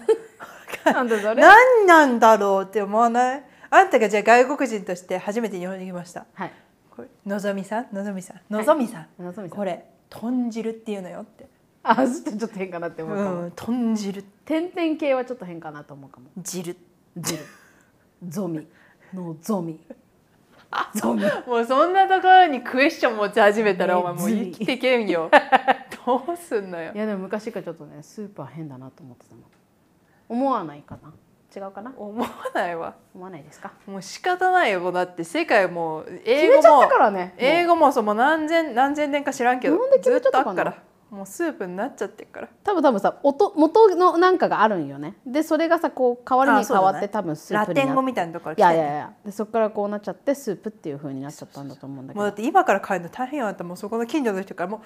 Speaker 1: う
Speaker 2: なんだそれ
Speaker 1: 何なんだろうって思わないあんたがじゃあ外国人として初めて日本に来ました
Speaker 2: はい
Speaker 1: これのぞみさんのぞみさんのぞみさん、
Speaker 2: のぞみさん
Speaker 1: これ豚汁っていうのよって
Speaker 2: あちょっとちょっと変かなって思うかも、
Speaker 1: うん豚汁
Speaker 2: 点々系はちょっと変かなと思うかも
Speaker 1: 汁
Speaker 2: 汁ゾミのゾミゾミ
Speaker 1: もうそんなところにクエスチョン持ち始めたら
Speaker 2: ね
Speaker 1: お前もう
Speaker 2: ずり
Speaker 1: 生きてけんよ どうすんのよ
Speaker 2: いやでも昔からちょっとねスーパー変だなと思ってたの思わないかな違うかな
Speaker 1: 思わないわ
Speaker 2: 思わないですか
Speaker 1: もう仕方ないよもうだって世界もう英
Speaker 2: 決め
Speaker 1: 語
Speaker 2: ちゃっ
Speaker 1: も
Speaker 2: たからね
Speaker 1: 英
Speaker 2: 語
Speaker 1: 語もその何千何千年か知らんけど
Speaker 2: なんで決
Speaker 1: ず
Speaker 2: め
Speaker 1: っ
Speaker 2: ちゃ
Speaker 1: と
Speaker 2: った
Speaker 1: あ
Speaker 2: かな
Speaker 1: っからもうスープになっちゃってるから
Speaker 2: 多分多分さ音元のなんかがあるんよねでそれがさこう代わり
Speaker 1: あ
Speaker 2: に
Speaker 1: そ
Speaker 2: 変
Speaker 1: うだね
Speaker 2: わって、多分スー
Speaker 1: ラ
Speaker 2: プに
Speaker 1: テ
Speaker 2: なっ
Speaker 1: ン語みたいなところ
Speaker 2: いやいやいやでそこからこうなっちゃってスープっていう風になっちゃったんだと思うんだけ
Speaker 1: もうだ
Speaker 2: ど
Speaker 1: って今から帰るの大変よあんたもうそこの近所の人からも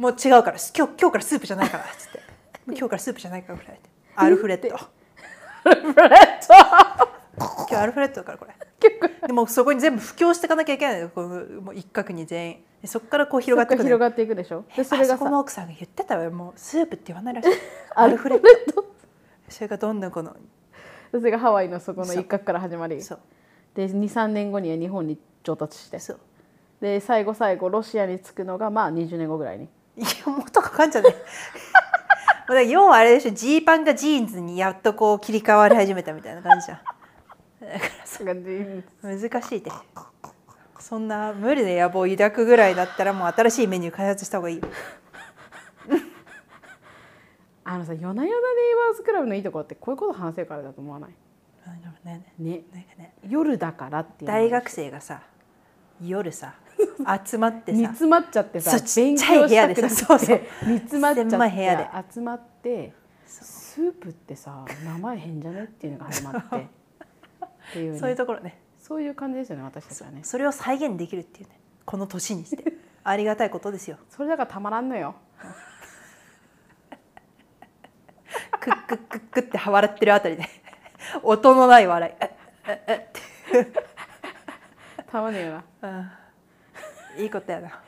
Speaker 1: うもう違うから今日今日からスープじゃないからっつってもう今日からスープじゃない からこれアルフレッド
Speaker 2: ブレッド
Speaker 1: 今日アルフレッドだからこれでもうそこに全部布教していかなきゃいけないのこのもう一角に全員でそこからこう広がっていくの
Speaker 2: 広
Speaker 1: よ
Speaker 2: がっていくでしょで
Speaker 1: で
Speaker 2: そ
Speaker 1: そ
Speaker 2: れ
Speaker 1: れ
Speaker 2: が
Speaker 1: がそこの
Speaker 2: さ
Speaker 1: 奥さんが言ってたわよもうスープって言わないら しい
Speaker 2: ア
Speaker 1: ア
Speaker 2: ル
Speaker 1: ル
Speaker 2: フ
Speaker 1: フ
Speaker 2: レ
Speaker 1: レ
Speaker 2: ッ
Speaker 1: ッ
Speaker 2: ド
Speaker 1: それがどんどんこの
Speaker 2: でそれがハワイのそこの一角から始まり
Speaker 1: そう
Speaker 2: で23年後には日本に上達して
Speaker 1: そう
Speaker 2: で最後最後ロシアに着くのがまあ20年後ぐらいに
Speaker 1: いやもっとかかんじゃないもうだから要はあれでしょジーパンがジーンズにやっとこう切り替わり始めたみたいな感じじゃん難しいでそんな無理で野望を抱くぐらいだったらもう新しいメニュー開発した方がいいよ
Speaker 2: あのさ「夜な夜なネイバーズクラブ」のいいところってこういうこと話せるからだと思わない
Speaker 1: なんだろうね
Speaker 2: ね
Speaker 1: なんかね
Speaker 2: 夜だからっていうの
Speaker 1: 大学生がさ夜さ集まって
Speaker 2: 煮
Speaker 1: さ
Speaker 2: 詰まっちゃってさ
Speaker 1: そうちっちゃい部屋でさ
Speaker 2: 勉強したくなって
Speaker 1: そう
Speaker 2: 煮詰まっ
Speaker 1: 狭い部
Speaker 2: ち
Speaker 1: 屋
Speaker 2: ゃって集まってスープってさ名前変じゃねっていうのが始まってっていう,、ね、
Speaker 1: そういうところね
Speaker 2: そういう感じですよね私たちはね
Speaker 1: それを再現できるっていうねこの年にしてありがたいことですよ
Speaker 2: それだからたまらんのよ
Speaker 1: クックックックって笑ってるあたりで音のない笑い
Speaker 2: たまんねえよな
Speaker 1: うんいいことやな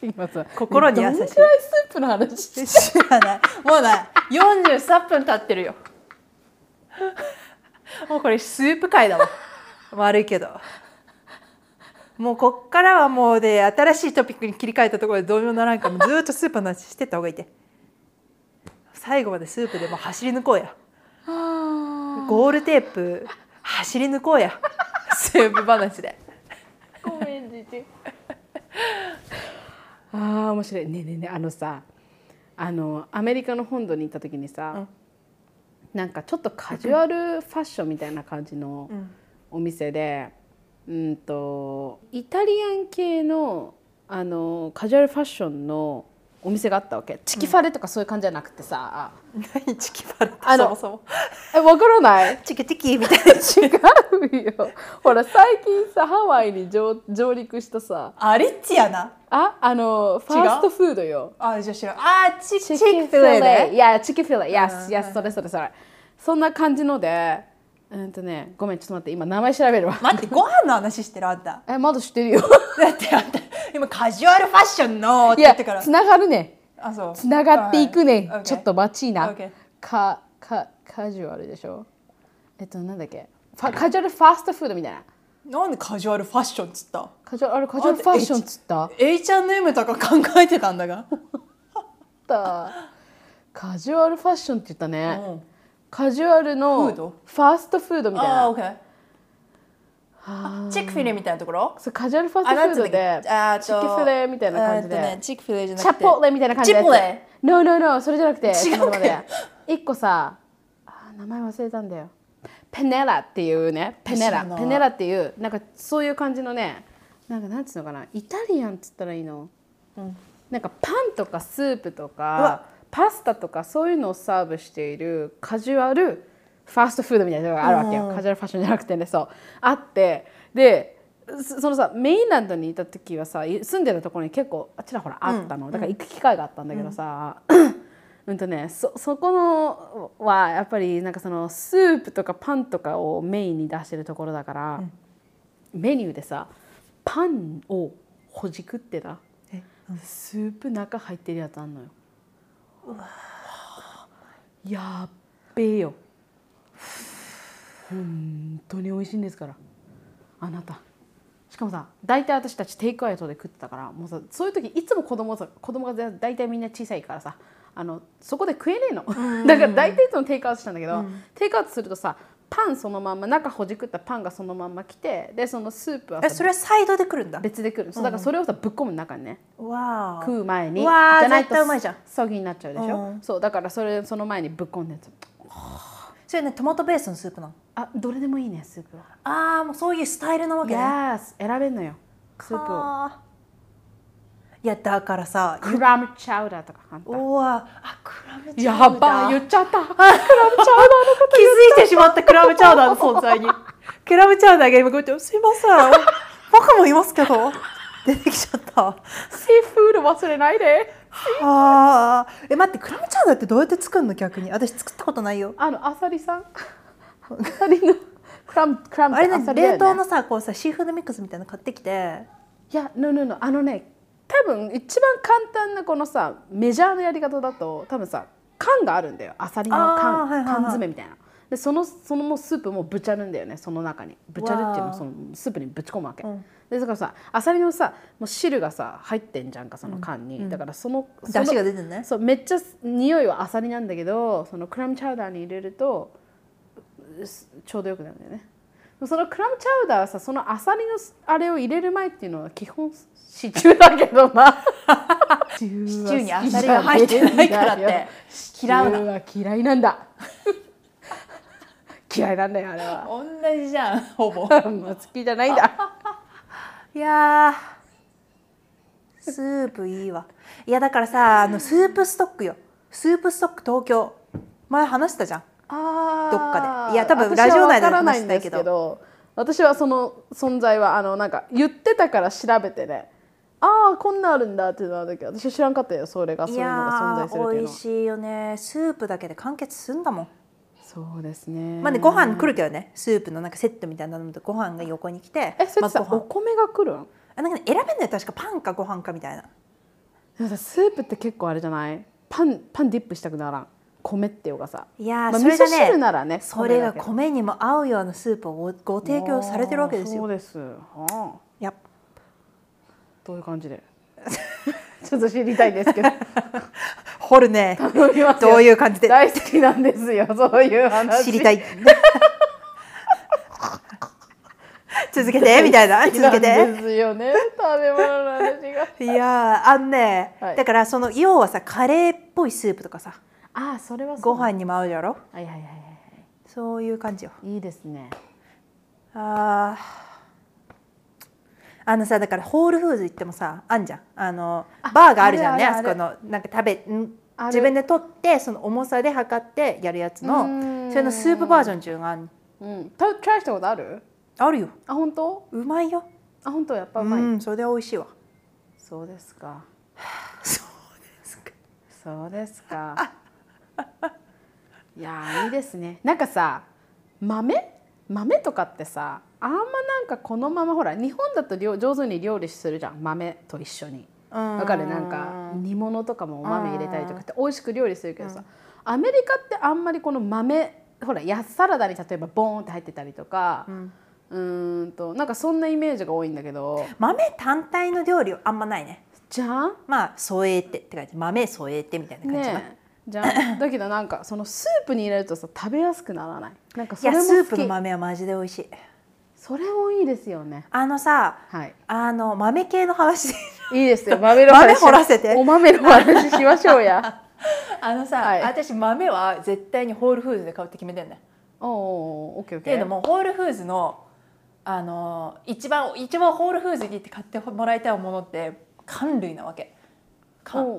Speaker 2: 今さ
Speaker 1: 心に優しい
Speaker 2: どんくらいスープの話して る
Speaker 1: 知らないもうない43分経ってるよもうこれスープ会だわ悪いけどもうこっからはもうで新しいトピックに切り替えたところでどうにもならんからもうずーっとスープの話してった方がいいって最後までスープでもう走り抜こうや
Speaker 2: は
Speaker 1: ゴールテープ走り抜こうやスープ話で
Speaker 2: あごめんじじ あー面白いねえねえねえあのさあのアメリカの本土に行った時にさ、
Speaker 1: うん
Speaker 2: なんかちょっとカジュアル ファッションみたいな感じの
Speaker 1: ん
Speaker 2: お店で、うん、とイタリアン系のあのカジュアルファッションのお店があったわけチキファレとかそういう感じじゃなくてさ、
Speaker 1: 何チキパレって
Speaker 2: あの
Speaker 1: そもそも
Speaker 2: え分からない
Speaker 1: チキチキみたいな
Speaker 2: 違うよほら最近さハワイに上上陸したさ
Speaker 1: あリッチやな
Speaker 2: ああのファーストフードよ
Speaker 1: あじゃあ知らんあチキチキ
Speaker 2: Chick-fil-A
Speaker 1: フィレね
Speaker 2: いやチキフィレ
Speaker 1: は
Speaker 2: yes yes それそれそれそんな感じのでうんとねごめんちょっと待って今名前調べるわ
Speaker 1: 待ってご飯の話してるあんた
Speaker 2: えまだ知ってるよ
Speaker 1: だってあんた今カジュアルファッションのって
Speaker 2: い
Speaker 1: 言
Speaker 2: や
Speaker 1: ってから
Speaker 2: つながるね
Speaker 1: あそう
Speaker 2: つながっていくね、
Speaker 1: はい
Speaker 2: ちょっと待ちいな、
Speaker 1: Okay
Speaker 2: かかカジュアルでしょえっとなんだっけファカジュアルファーストフードみたいな
Speaker 1: なんでカジュアルファッションっつった
Speaker 2: カジュアルカジュアルファッションっつった
Speaker 1: H&M とか考えてたんだが
Speaker 2: ったカジュアルファッションって言ったね、
Speaker 1: うん
Speaker 2: カジュアルの
Speaker 1: フー
Speaker 2: フ
Speaker 1: ド
Speaker 2: ァーストフードみたい
Speaker 1: あ
Speaker 2: な
Speaker 1: あ OK あチックフィレみたいなところ
Speaker 2: そうカジュアルファース
Speaker 1: あ
Speaker 2: ト
Speaker 1: なん
Speaker 2: フ
Speaker 1: つう
Speaker 2: ード
Speaker 1: んだっ
Speaker 2: で
Speaker 1: けあーと
Speaker 2: チキフレみたいな感じ
Speaker 1: えーっと
Speaker 2: で
Speaker 1: ねチックフィレじゃな
Speaker 2: チャ
Speaker 1: くて
Speaker 2: ポレみたいな感じで
Speaker 1: チポレ
Speaker 2: No no no それじゃなくて
Speaker 1: 違う
Speaker 2: ち
Speaker 1: ね
Speaker 2: ょっと待って一個さあー名前忘れたんだよペネラっていうねペネラ
Speaker 1: 知らない
Speaker 2: ペネラっていうなんかそういう感じのねなんかなんつうのかなイタリアンっつったらいいの、なんかパンとかスープと
Speaker 1: う
Speaker 2: か
Speaker 1: わ
Speaker 2: パスタとかそういうのをサーブしているカジュアルファーストフードみたいなのがあるわけよ、カジュアルファッションじゃなくてねそうあってでそそのさメインランドにいた時はさい住んでたところに結構ちらほらあったの、だから行く機会があったんだけどさ、 うんとね、そそこのはやっぱりなんかそのスープとかパンとかをメインに出してるところだから、メニューでさパンをほじくってた
Speaker 1: え
Speaker 2: スープ中入ってるやつあんのよやっべえよ本当に美味しいんですからあなたしかもさ大体私たちテイクアウトで食ってたからもうさそういう時いつも子供さ子供が大体みんな小さいからさあのそこで食えねえの、だから大体いつもテイクアウトしたんだけど、テイクアウトするとさパンそのまんま中ほじくったパンがそのまんま来てでそのスープは
Speaker 1: え
Speaker 2: さ
Speaker 1: それはサイドで来るんだ
Speaker 2: 別で来るそうだからそれをさぶっ込む中にね
Speaker 1: わあ
Speaker 2: 食う前に
Speaker 1: うわー
Speaker 2: じゃないと
Speaker 1: 絶対うまいじゃん
Speaker 2: そぎになっちゃうでしょ、
Speaker 1: うん
Speaker 2: そうだからそれその前にぶっ込んでやつ
Speaker 1: それねトマトベースのスープなの
Speaker 2: あどれでもいいねスープは
Speaker 1: ああもうそういうスタイルなわけね
Speaker 2: Yes 選べんのよスープを
Speaker 1: はあいやだからさ
Speaker 2: クラムチャウダーとか簡単
Speaker 1: うわあクラムチャウダー
Speaker 2: やばい言っちゃったクラムチャウダーのこと
Speaker 1: 気づいてしまったクラムチャウダーの存在 にクラムチャウダーが今こうやって「すいません僕もいますけど」出てきちゃ った
Speaker 2: シーフード忘れないで
Speaker 1: あーえ待ってクラムチャウダーってどうやって作るの逆に私作ったことないよ
Speaker 2: あのアサリ さんアサリのクラムクラム
Speaker 1: あれね
Speaker 2: アサリだよ
Speaker 1: 冷凍のさこうさシーフードミックスみたいなの買ってきて
Speaker 2: いや、no, no, no. あのね、多分一番簡単なこのさ、メジャーのやり方だと、多分さ、缶があるんだよ。アサリの
Speaker 1: あー
Speaker 2: 缶、
Speaker 1: はいはいはい
Speaker 2: 缶詰みたいな。で、そのそのもうスープもぶちゃるんだよね、その中に。ぶちゃるっていうの
Speaker 1: わー
Speaker 2: そのスープにぶち込むわけ。
Speaker 1: ん
Speaker 2: で、だからさ、アサリのさ、もう汁がさ、入ってんじゃんか、その缶に。だからその、その
Speaker 1: 出汁が出てるね
Speaker 2: そう、めっちゃ匂いはアサリなんだけど、そのクラムチャウダーに入れると、すちょうどよくなるんだよねそのクラムチャウダーはさそのアサリのすあれを入れる前っていうのは基本シチューだけどなシチュ
Speaker 1: シチューにアサリが入ってないからって嫌うな
Speaker 2: な嫌いなんだ嫌いなんだよあれは
Speaker 1: 同じじゃんほぼ
Speaker 2: もう好きじゃないんだ
Speaker 1: いやースープいいわいやだからさあのスープストックよスープストック東京前話したじゃん
Speaker 2: あー
Speaker 1: どっかでいや多分ラジオ内で
Speaker 2: 私は分からな
Speaker 1: 話
Speaker 2: い
Speaker 1: し
Speaker 2: ん
Speaker 1: た
Speaker 2: で
Speaker 1: い
Speaker 2: す
Speaker 1: け
Speaker 2: け
Speaker 1: ど
Speaker 2: ど私はその存在はあのなんか言ってたから調べてねああこんなんあるんだっていうのはだけど私は知らんかったよそれがそう
Speaker 1: い
Speaker 2: いうのが存
Speaker 1: や
Speaker 2: 在す
Speaker 1: ー美
Speaker 2: るっていうのは
Speaker 1: 味しいよねスープだけで完結すんだもん
Speaker 2: そうですね
Speaker 1: まあねご飯来るけどねスープのなんかセットみたいなのとご飯が横に来て
Speaker 2: えそれ
Speaker 1: ま
Speaker 2: って
Speaker 1: ず
Speaker 2: さ、
Speaker 1: ご
Speaker 2: お
Speaker 1: 飯
Speaker 2: 米が来るん
Speaker 1: あなんか、ね、選べんのよ確かパンかご飯かみたいな
Speaker 2: でもさスープって結構あれじゃないパンパンディップしたくならん米っていうかさ
Speaker 1: いやー、
Speaker 2: まあ
Speaker 1: それがね
Speaker 2: 味噌汁ならね
Speaker 1: それが
Speaker 2: 米だけど
Speaker 1: 米にも合うようなスープをごご提供されてるわけです
Speaker 2: そ
Speaker 1: よ
Speaker 2: うですはあ
Speaker 1: やっ
Speaker 2: どういう感じで ちょっと知りたいんですけど
Speaker 1: 掘るね
Speaker 2: どう
Speaker 1: どういう感じで
Speaker 2: 大好きなんですよそういう話
Speaker 1: 知りたい 続け てみたいな続け
Speaker 2: 好きな
Speaker 1: て
Speaker 2: んですよね食べ物の話が
Speaker 1: いやーあんね、
Speaker 2: はい
Speaker 1: だからその要はさカレーっぽいスープとかさ
Speaker 2: ああそれはそ
Speaker 1: ご
Speaker 2: う
Speaker 1: 飯にも合うじゃろ
Speaker 2: はいはいはいは
Speaker 1: そういう感じよ
Speaker 2: いいいですね
Speaker 1: あーあのさだからホールフーズ行ってもさあんじゃんあのバーがあるじゃんねあ
Speaker 2: あるある
Speaker 1: そこのなんか食べん
Speaker 2: ある
Speaker 1: 自分で取ってその重さで測ってやるやつ
Speaker 2: う
Speaker 1: の
Speaker 2: ん
Speaker 1: それのスープバージョンっていうのがあん
Speaker 2: うんトトライしたことある
Speaker 1: あるよ
Speaker 2: あ本当
Speaker 1: うまいよ
Speaker 2: あ本当やっぱ
Speaker 1: う
Speaker 2: うまい、
Speaker 1: んそれで美味しいわ
Speaker 2: そうですか
Speaker 1: そうですか
Speaker 2: そうですか。いやーいいですね。なんかさ豆豆とかってさあんまなんかこのままほら日本だと料上手に料理するじゃん豆と一緒に。
Speaker 1: うん
Speaker 2: わかるなんか煮物とかもお豆入れたりとかって美味しく料理するけどさ、アメリカってあんまりこの豆ほらやサラダに例えばボーンって入ってたりとか、うん、ーんとなんかそんなイメージが多いんだけど
Speaker 1: 豆単体の料理はあんまないね
Speaker 2: じゃん
Speaker 1: まあ添えてって感じ豆添えてみたいな感じ、
Speaker 2: ねえじゃんだけどなんかそのスープに入れるとさ食べやすくならないなんか
Speaker 1: い
Speaker 2: それ
Speaker 1: や
Speaker 2: も好き
Speaker 1: スープの豆はマジで美味しい
Speaker 2: それもいいですよね
Speaker 1: あのさ
Speaker 2: はい
Speaker 1: あの豆系の話で
Speaker 2: いいで すよ豆の話
Speaker 1: 豆掘らせて
Speaker 2: お豆の話しましょうや
Speaker 1: あのさ、
Speaker 2: はい
Speaker 1: 私豆は絶対にホールフーズで買うって決めてんね。
Speaker 2: おーおーオッケーオッ
Speaker 1: っ
Speaker 2: ケ
Speaker 1: ていうの
Speaker 2: ー
Speaker 1: もホールフーズのあのー一番一番ホールフーズに行って買ってもらいたいものって缶類なわけ。
Speaker 2: おー
Speaker 1: 缶
Speaker 2: おー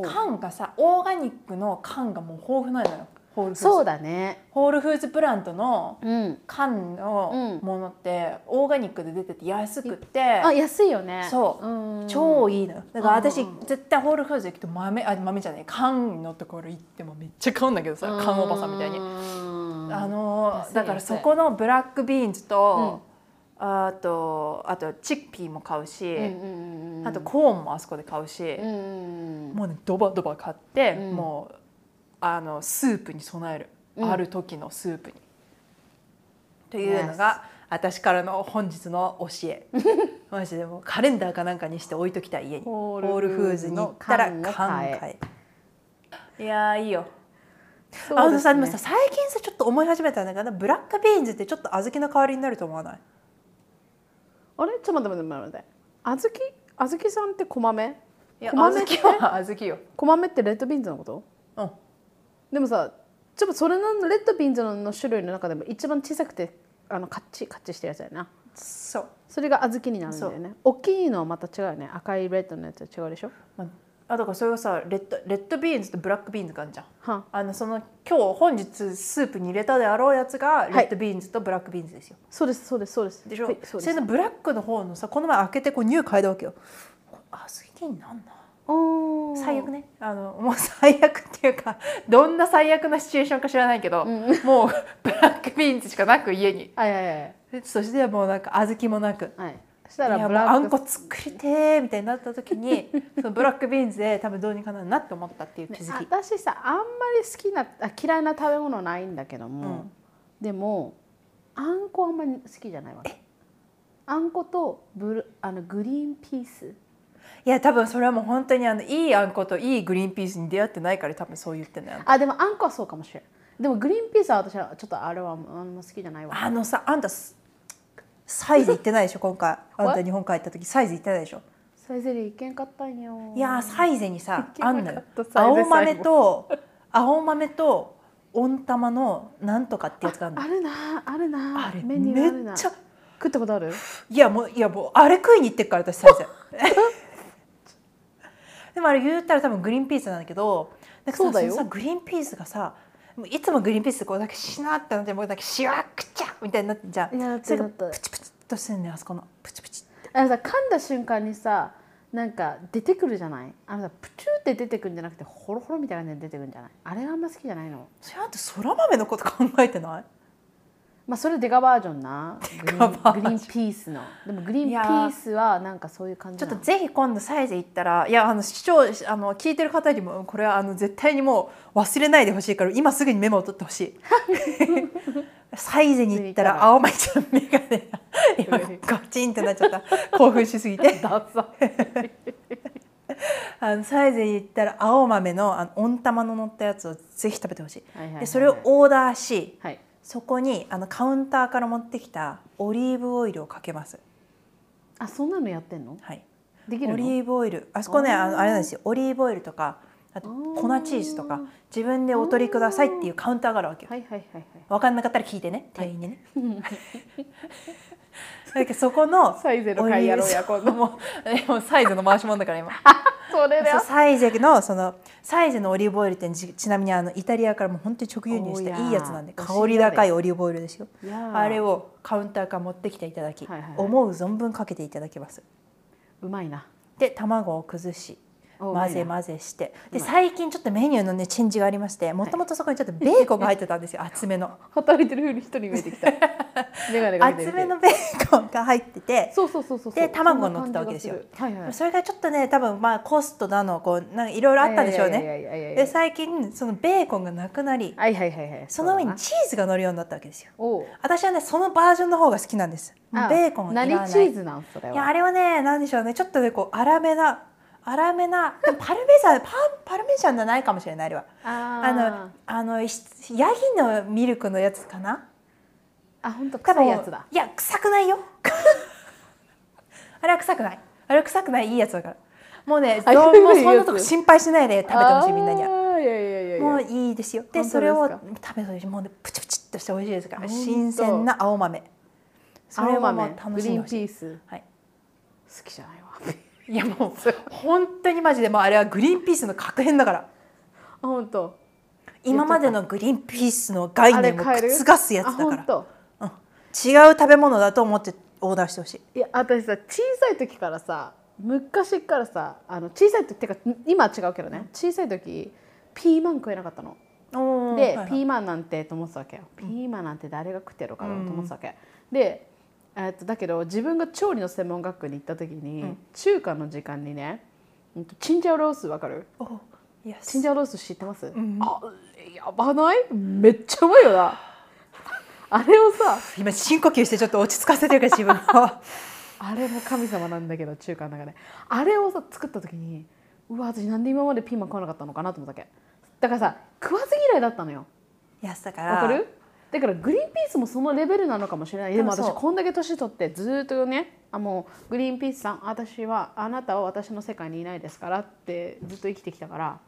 Speaker 2: おー
Speaker 1: 缶がさオーガニックの缶がもう豊富なのよ。ホールフーズ。
Speaker 2: そうだね
Speaker 1: ホールフーズプラントの
Speaker 2: うん
Speaker 1: 缶の
Speaker 2: うん
Speaker 1: ものってオーガニックで出てて安くって。
Speaker 2: あ安いよね
Speaker 1: そう
Speaker 2: うん
Speaker 1: 超いいのよだから私
Speaker 2: うん
Speaker 1: 絶対ホールフーズ行くと豆あ豆じゃない缶のところ行ってもめっちゃ買うんだけどさ缶おばさんみたいに
Speaker 2: うん
Speaker 1: あの
Speaker 2: 安
Speaker 1: ー
Speaker 2: い
Speaker 1: だからそこのブラックビーンズと、あとあとチックピーも買うし、
Speaker 2: うんうんうんうん
Speaker 1: あとコーンもあそこで買うし、
Speaker 2: うんうんうん
Speaker 1: もうねドバドバ買って、
Speaker 2: うん
Speaker 1: もうあのスープに備える、
Speaker 2: うん
Speaker 1: ある時のスープに。というのが私からの本日の教 えマジでもうカレンダーかなんかにして置いときたい家に
Speaker 2: ホ
Speaker 1: ホ
Speaker 2: ー
Speaker 1: ー
Speaker 2: ル
Speaker 1: ル
Speaker 2: フ
Speaker 1: フ
Speaker 2: ー
Speaker 1: ー
Speaker 2: ズ
Speaker 1: ズに
Speaker 2: に行
Speaker 1: 行
Speaker 2: っ
Speaker 1: ったた
Speaker 2: ら
Speaker 1: ら
Speaker 2: 缶を
Speaker 1: 缶
Speaker 2: 買え
Speaker 1: 買えいやーいいよ
Speaker 2: そう
Speaker 1: あの
Speaker 2: です
Speaker 1: さ
Speaker 2: ね
Speaker 1: でもさ最近さちょっと思い始めたんだけどブラックビーンズってちょっと小豆の代わりになると思わない
Speaker 2: あれちょっと待って待って待ってあずきあずきさんってこまめ
Speaker 1: いや
Speaker 2: 小
Speaker 1: 小
Speaker 2: 豆
Speaker 1: 豆
Speaker 2: って
Speaker 1: は小豆よ、
Speaker 2: こまめってレッドビーンズのこと
Speaker 1: うん、
Speaker 2: でもさちょっとそれのレッドビーンズの種類の中でも一番小さくてあのカッチカッチしてるやつだよな
Speaker 1: そう、
Speaker 2: それが小豆になるんだよね大きいのはまた違うよね赤いレッドのやつは違うでしょ
Speaker 1: まあ、あだからそれがさレッドレッドビーンズとブラックビーンズがあるじゃん
Speaker 2: は
Speaker 1: あのその今日本日スープに入れたであろうやつがレッドビーンズとブラックビーンズですよ、
Speaker 2: そうですそうですそうです
Speaker 1: でしょ、
Speaker 2: はいそ
Speaker 1: そう
Speaker 2: です
Speaker 1: れのブラックの方のさこの前開けてこう匂い嗅いだわけよこれ小豆になんだ
Speaker 2: おー
Speaker 1: 最悪ねあのもう最悪っていうかどんな最悪なシチュエーションか知らないけど、もうブラックビーンズしかなく家に
Speaker 2: はいはいはい
Speaker 1: そしてもうなんか小豆もなく。
Speaker 2: はいそした
Speaker 1: い
Speaker 2: ら
Speaker 1: や
Speaker 2: ブ
Speaker 1: もう
Speaker 2: ラ
Speaker 1: あ
Speaker 2: ッ
Speaker 1: ん
Speaker 2: ク
Speaker 1: こ作りてーみたいになった時 にそのブラックビーンズで多分どうにかなるなって思ったっていう気づき、
Speaker 2: 私さあんまり好きなあ嫌いな食べ物ないんだけども、でもあんこあんまり好きじゃないわけあんことブルあのグリーンピース
Speaker 1: いや多分それはもう本当にあのいいあんこといいグリーンピースに出会ってないから多分そう言ってんだよ
Speaker 2: あでもあんこはそうかもしれないでもグリーンピースは私はちょっとあれはあんま好きじゃないわ
Speaker 1: あのさあんたすサイズ行ってないでしょ今回あん
Speaker 2: What？
Speaker 1: た日本帰った時サイズ行ってないでしょ
Speaker 2: サイゼリーいけんかったんよ
Speaker 1: いやーサイゼにさ
Speaker 2: け
Speaker 1: あ
Speaker 2: なか
Speaker 1: ん
Speaker 2: った
Speaker 1: のよ
Speaker 2: サイゼ最
Speaker 1: 青
Speaker 2: 後
Speaker 1: 豆と青豆と温玉のなんとかってやつがあるの
Speaker 2: あるなあるな
Speaker 1: あれ
Speaker 2: メニューあるな
Speaker 1: めっちゃ
Speaker 2: 食ったことある
Speaker 1: いやもういやもうあれ食いに行ってっから私サイ ゼでもあれ言ったら多分グリーンピースなんだけどなんかさ
Speaker 2: そうだよ
Speaker 1: のさグリーンピースがさもういつもグリーンピースってこうなんかしなってなってもうなんかしわくちゃみたいになってんじゃん
Speaker 2: なって
Speaker 1: それが
Speaker 2: なった
Speaker 1: プチプチっとしてんねあそこのプチプチ
Speaker 2: あのさ噛んだ瞬間にさなんか出てくるじゃないあのさプチューって出てくるんじゃなくてホロホロみたいな感じで出てくるんじゃないあれがあんま好きじゃないの
Speaker 1: それあんたそら豆のこと考えてない
Speaker 2: まあそれデカバージョンなグリ
Speaker 1: カバー
Speaker 2: ーン
Speaker 1: ジョン
Speaker 2: グリーンピースのでもグリーン
Speaker 1: い
Speaker 2: ピ
Speaker 1: や
Speaker 2: ー
Speaker 1: ー
Speaker 2: スはなんかそういう感じ
Speaker 1: ちょっ
Speaker 2: な
Speaker 1: と
Speaker 2: の
Speaker 1: ぜひ今度サイズ行ったらいやあの視聴あの聞いてる方にもこれはあの絶対にもう忘れないでほしいから今すぐにメモを取ってほしいサイズに行ったら青舞ちゃんメガネが今ガチンってなっちゃった興奮しすぎて
Speaker 2: ダサ
Speaker 1: あのサイズに行ったら青豆のあの温玉の乗ったやつをぜひ食べてほしい,、
Speaker 2: はいはいはい
Speaker 1: でそれをオーダーし
Speaker 2: はい
Speaker 1: そこにあのカウンターから持ってきたオリーブオイルをかけます、
Speaker 2: あそんなのやってんの
Speaker 1: はい、
Speaker 2: できる
Speaker 1: オ
Speaker 2: の
Speaker 1: リーブオイルあそこね
Speaker 2: あー
Speaker 1: あのあれなんですよオリーブオイルとかあと
Speaker 2: あー
Speaker 1: 粉チーズとか自分でお取りくださいっていうカウンターがあるわけよ
Speaker 2: はいはいはい
Speaker 1: 分かんなかったら聞いてね店員 にねだけどそこの
Speaker 2: サイゼの会やろうや
Speaker 1: オリーブもう えもうサイズの回しもんだ から今
Speaker 2: はいそれで
Speaker 1: そうサイゼのそのサイゼのオリーブオイルってじちなみにあのイタリアからもう本当に直輸入し
Speaker 2: お
Speaker 1: た
Speaker 2: ーやー
Speaker 1: いいやつなんで
Speaker 2: 美味しい
Speaker 1: 香り高いオリーブオイルですよ
Speaker 2: いやー
Speaker 1: あれをカウンターから持ってきていただき、
Speaker 2: はいはいはい
Speaker 1: 思う存分かけていただきます
Speaker 2: うまいな
Speaker 1: で卵を崩し
Speaker 2: お
Speaker 1: 混ぜ
Speaker 2: うまいな
Speaker 1: 混ぜして
Speaker 2: う
Speaker 1: で
Speaker 2: まい
Speaker 1: 最近ちょっとメニューのねチェンジがありましてもともとそこにちょっとベーコンが入ってたん ですよ厚めの
Speaker 2: 働いてるふうに一人見えてき たメガネが見えて
Speaker 1: 厚
Speaker 2: きて
Speaker 1: めのベーコンが入ってて
Speaker 2: そうそうそうそう
Speaker 1: で卵が乗ってたわけですよ
Speaker 2: そんな感じがるはいはい
Speaker 1: それがちょっとね多分まあコストだのこうなんかいろいろあったんでしょう
Speaker 2: いやい
Speaker 1: ね
Speaker 2: やいやいやいや
Speaker 1: で最近そのベーコンがなくなり
Speaker 2: はいはいはいはい
Speaker 1: その上に
Speaker 2: うだな
Speaker 1: チーズが乗るようになったわけですよ
Speaker 2: おう
Speaker 1: 私はねそのバージョンの方が好きなんですも
Speaker 2: あ
Speaker 1: うベーコンはいらない
Speaker 2: 何チーズなんそれ
Speaker 1: いや
Speaker 2: は
Speaker 1: あれはねなんでしょうねちょっとねこう粗めな粗めなでもパルメザンパンパルメジャンじゃないかもしれないあれは
Speaker 2: あ
Speaker 1: あ
Speaker 2: ー
Speaker 1: のあのひヤギのミルクのやつかな
Speaker 2: あ本当臭いやつだ
Speaker 1: いや臭くないよ あれは臭くないあれは臭くないいいやつだからもうね
Speaker 2: あ
Speaker 1: どうもう
Speaker 2: いいやつ
Speaker 1: そんなとこ心配しないで食べてほしい
Speaker 2: あー
Speaker 1: みんなには。
Speaker 2: いやいやいやいや
Speaker 1: もういいですよ
Speaker 2: 本当
Speaker 1: で
Speaker 2: ですか
Speaker 1: それを食べてほしいもうねプチプチっとして美味しいですから
Speaker 2: 本当
Speaker 1: 新鮮な青豆それ
Speaker 2: 青
Speaker 1: はもう
Speaker 2: 豆
Speaker 1: 楽
Speaker 2: グリ
Speaker 1: しんで
Speaker 2: ーン
Speaker 1: ほ
Speaker 2: ピ
Speaker 1: しい、
Speaker 2: ース
Speaker 1: はい、
Speaker 2: 好きじゃないわ
Speaker 1: いやもう本当にマジでもうあれはグリーンピースの格変だから
Speaker 2: あ本当
Speaker 1: 今までのグリーンピースの概
Speaker 2: あれ
Speaker 1: 念を
Speaker 2: 買える
Speaker 1: 覆すやつだ
Speaker 2: あ
Speaker 1: か
Speaker 2: 本
Speaker 1: ら
Speaker 2: 当
Speaker 1: うん違う食べ物だと思ってオーダーしてほしい
Speaker 2: いや私さ小さい時からさ昔からさあの小さい時ってか今は違うけどね小さい時ピーマン食えなかったので、ピーマンなんてと思ってたわけよピーマンなんて誰が食ってるかなと思ってたわけ、で、えっとだけど自分が調理の専門学校に行った時に、中華の時間にねうんとチンジャオロースわかる
Speaker 1: おーイエス
Speaker 2: チンジャオロース知ってます、あやばないめっちゃうまいよなあれをさ
Speaker 1: 今深呼吸してちょっと落ち着かせてるから自分 を
Speaker 2: あれも神様なんだけど中華の中であれをさ作った時にうわ私なんで今までピーマン食わなかったのかなと思ったわけだからさ食わず嫌いだったのよ
Speaker 1: やってたから
Speaker 2: わかるだからグリーンピースもそのレベルなのかもしれないでも
Speaker 1: 多分
Speaker 2: 私
Speaker 1: そう
Speaker 2: こんだけ年取ってずーっとねあもうグリーンピースさん私はあなたは私の世界にいないですからってずっと生きてきたから